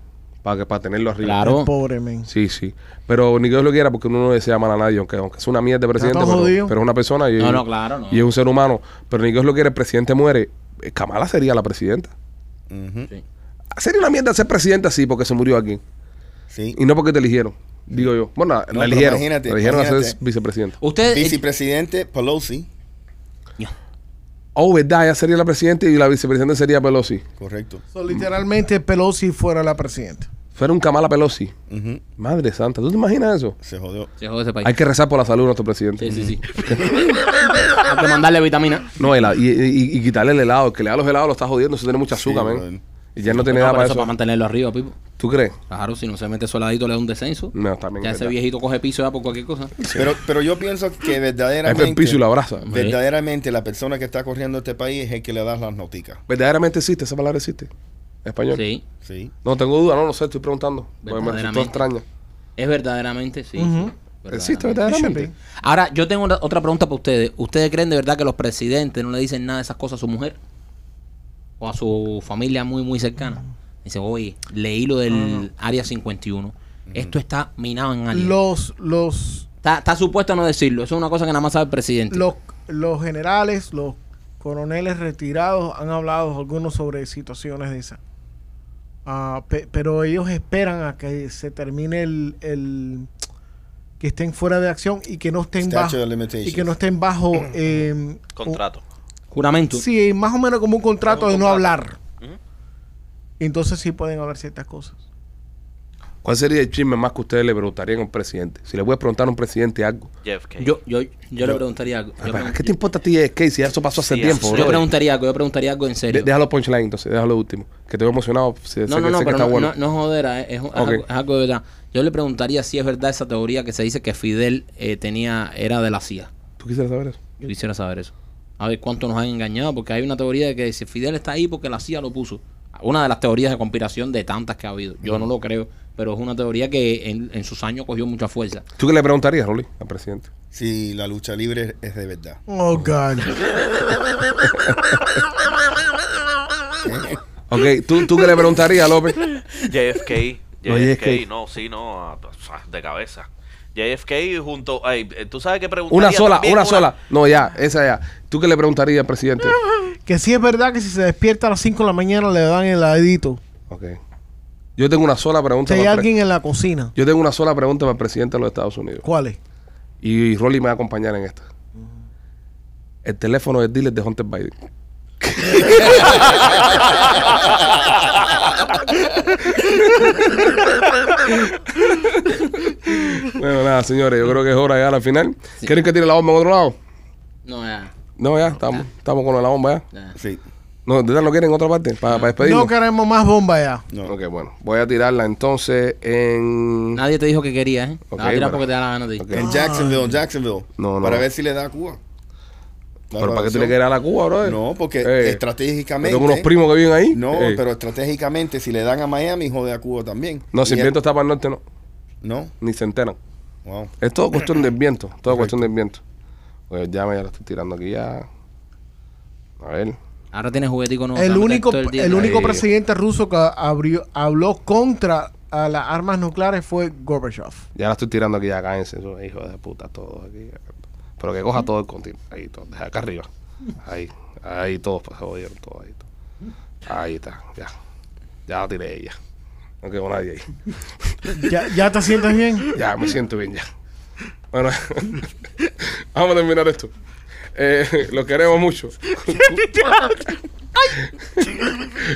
Speaker 1: para que para tenerlo arriba.
Speaker 2: Claro.
Speaker 3: Pobre men.
Speaker 1: Sí, sí. Pero ni que Dios lo quiera, porque uno no desea mal a nadie, aunque, aunque es una mierda de presidente,
Speaker 3: todo
Speaker 1: pero,
Speaker 3: jodido.
Speaker 1: pero es una persona y,
Speaker 2: No, no, claro, no.
Speaker 1: y es un ser humano. Pero ni que Dios lo quiera, el presidente muere. eh, Kamala sería la presidenta.
Speaker 4: Ujú.
Speaker 1: Sería una mierda ser presidente así porque se murió aquí.
Speaker 4: Sí.
Speaker 1: Y no porque te eligieron, digo yo. Bueno, la-
Speaker 4: No,
Speaker 1: la
Speaker 4: pero
Speaker 1: eligieron.
Speaker 4: imagínate,
Speaker 1: la eligieron a ser
Speaker 4: imagínate.
Speaker 1: vicepresidenta.
Speaker 2: Ustedes...
Speaker 4: Vicepresidente Pelosi.
Speaker 1: Oh, verdad, ella sería la presidenta y la vicepresidenta sería Pelosi.
Speaker 4: Correcto.
Speaker 3: So, literalmente Pelosi fuera la presidenta.
Speaker 1: Fuera un Kamala Pelosi.
Speaker 4: Ujú.
Speaker 1: Madre santa, ¿tú te imaginas eso?
Speaker 4: Se jodió.
Speaker 2: Se jode ese país.
Speaker 1: Hay que rezar por la salud de nuestro presidente. Mm.
Speaker 2: Sí, sí, sí. Hay que mandarle vitamina.
Speaker 1: No, y, la- y- y- y quitarle el helado. El que le da los helados lo está jodiendo. Eso tiene mucha azúcar, men.
Speaker 4: brother.
Speaker 1: Y ya no tiene
Speaker 2: No,
Speaker 1: nada
Speaker 2: pero
Speaker 1: para
Speaker 2: eso
Speaker 1: eso.
Speaker 2: para mantenerlo arriba, Pipo.
Speaker 1: ¿Tú crees?
Speaker 2: Claro, si no se mete soladito le da un descenso.
Speaker 1: No, también.
Speaker 2: ya
Speaker 1: es
Speaker 2: ese
Speaker 1: verdad.
Speaker 2: viejito coge piso ya por cualquier cosa.
Speaker 4: Pero, pero yo pienso que
Speaker 1: Ahí fue el
Speaker 4: verdaderamente,
Speaker 1: piso y lo abraza.
Speaker 4: verdaderamente la persona que está corriendo este país es el que le das las noticas.
Speaker 1: ¿Verdaderamente existe? ¿Esa palabra existe? En español.
Speaker 2: Sí.
Speaker 4: Sí.
Speaker 1: No tengo duda, no lo sé, estoy preguntando. Porque me resultó
Speaker 2: Verdaderamente.
Speaker 1: extraña.
Speaker 2: Es verdaderamente, sí.
Speaker 3: Ujú.
Speaker 2: sí, verdaderamente.
Speaker 1: ¿Existe
Speaker 3: It
Speaker 1: verdaderamente?
Speaker 3: should
Speaker 2: Ahora, yo tengo una- otra pregunta para ustedes. ¿Ustedes creen de verdad que los presidentes no le dicen nada de esas cosas a su mujer? O a su familia muy, muy cercana. Dice, oye, leí lo del Área 51. Esto está minado en alguien.
Speaker 3: Los, los,
Speaker 2: Está, está supuesto a no decirlo. Eso es una cosa que nada más sabe el presidente.
Speaker 3: los, los generales, los coroneles retirados han hablado algunos sobre situaciones de esas. Ah, pe- pero ellos esperan a que se termine el, el- que estén fuera de acción y que no estén
Speaker 4: Statute of
Speaker 3: bajo
Speaker 4: limitations.
Speaker 3: y que no estén bajo eh, un-
Speaker 6: Contrato.
Speaker 2: Juramento.
Speaker 3: sí, más o menos como un contrato
Speaker 6: Como
Speaker 3: de
Speaker 6: un
Speaker 3: no
Speaker 6: contrato.
Speaker 3: hablar. Entonces sí pueden haber ciertas cosas.
Speaker 1: ¿Cuál sería el chisme más que ustedes le preguntarían a un presidente? Si le puedes preguntar a un presidente algo.
Speaker 6: Jeff K.
Speaker 2: Yo, yo, yo, le preguntaría algo. Yo,
Speaker 1: Pero,
Speaker 2: pregun-
Speaker 1: Ah, ¿Qué te importa a ti, Skate, si ya eso pasó hace
Speaker 6: Sí,
Speaker 1: tiempo,
Speaker 6: eso-
Speaker 2: yo
Speaker 1: brother?
Speaker 2: preguntaría algo. Yo preguntaría algo en serio.
Speaker 1: De- déjalo punchline, entonces, déjalo último. Que te veo emocionado. sé- sé
Speaker 2: no, no,
Speaker 1: que-
Speaker 2: no,
Speaker 1: sé que
Speaker 2: pero
Speaker 1: está
Speaker 2: no,
Speaker 1: bueno.
Speaker 2: no, no es jodera. Es, es un- es
Speaker 1: Ok.
Speaker 2: algo, es algo de verdad. Yo le preguntaría si es verdad esa teoría que se dice que Fidel eh, tenía era de la CIA.
Speaker 1: ¿Tú quisieras saber eso?
Speaker 2: Yo quisiera saber eso. A ver cuánto nos han engañado, porque hay una teoría de que dice Fidel está ahí porque la CIA lo puso. Una de las teorías de conspiración de tantas que ha habido. Yo no lo creo, pero es una teoría que en, en sus años cogió mucha fuerza.
Speaker 1: ¿Tú qué le preguntarías, Rolly, al presidente?
Speaker 4: Si la lucha libre es de verdad.
Speaker 3: Oh God.
Speaker 1: Ok, ¿tú, tú qué le preguntarías, López?
Speaker 6: JFK.
Speaker 1: No,
Speaker 6: JFK,
Speaker 1: JFK.
Speaker 6: no, sí, no, a- a- de cabeza. JFK junto. ay, eh, ¿Tú sabes qué pregunta?
Speaker 1: Una sola, una, sola. No, ya, esa ya. ¿Tú qué le preguntarías al presidente?
Speaker 3: que sí es verdad que si se despierta a las 5 de la mañana le dan el ladito.
Speaker 1: Ok. Yo tengo una sola pregunta.
Speaker 3: Si hay
Speaker 1: para el pre-
Speaker 3: alguien en la cocina,
Speaker 1: Yo tengo una sola pregunta para el presidente de los Estados Unidos.
Speaker 3: ¿cuál es?
Speaker 1: Y, Rolly me va a acompañar en esta. El teléfono del dealer de Hunter Biden. bueno, nada, señores, yo creo que es hora de llegar al final. ¿Quieren que tire la bomba en otro lado?
Speaker 2: No, ya.
Speaker 1: No, ya, estamos, estamos con la bomba ya.
Speaker 2: ya.
Speaker 4: Sí.
Speaker 1: No, ¿de verdad lo quieren en otra parte? Para, para despedirnos.
Speaker 3: No queremos más bomba ya.
Speaker 4: No.
Speaker 1: Ok, bueno, voy a tirarla entonces en.
Speaker 2: Nadie te dijo que querías, ¿eh?
Speaker 1: Ok,
Speaker 2: la vas a tirar
Speaker 1: pero-
Speaker 2: porque te da la gana de ti.
Speaker 1: Ok.
Speaker 4: En Jacksonville, en Jacksonville.
Speaker 1: No, no.
Speaker 4: Para ver si le da a Cuba. La
Speaker 1: ¿Pero para qué tú le
Speaker 4: evaluación.
Speaker 1: quieres dar a Cuba, brother?
Speaker 4: No, porque
Speaker 1: Eh,
Speaker 4: estratégicamente.
Speaker 1: Tengo unos primos que viven ahí.
Speaker 4: No,
Speaker 1: Eh,
Speaker 4: pero estratégicamente, si le dan a Miami, jode a Cuba también.
Speaker 1: No,
Speaker 4: Y
Speaker 1: si el
Speaker 4: él-
Speaker 1: viento está para el norte, no.
Speaker 4: No.
Speaker 1: Ni se enteran.
Speaker 4: Wow.
Speaker 1: Es todo cuestión del viento. Todo cuestión del viento. Pues ya me ya lo estoy tirando aquí ya. A ver.
Speaker 2: Ahora tienes juguetico nuevo.
Speaker 3: el
Speaker 2: te vas a meter
Speaker 3: único,
Speaker 2: todo día
Speaker 3: el
Speaker 2: en la-
Speaker 3: único
Speaker 1: Ahí.
Speaker 3: presidente ruso que abrió, habló contra a las armas nucleares fue Gorbachev.
Speaker 1: Ya la estoy tirando aquí ya. Cállense, esos hijos de puta, todos aquí. Pero que coja todo el continente. Ahí, todo. Deja acá arriba. Ahí. Ahí todos pues, se jodieron. Todos ahí. todo. Ahí está. Ya. Ya la tiré ya. No quedó nadie ahí.
Speaker 3: ¿Ya, ya te sientes bien?
Speaker 1: Ya, me siento bien ya. Bueno, vamos a terminar esto. Eh, lo queremos mucho.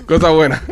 Speaker 1: Cosa buena.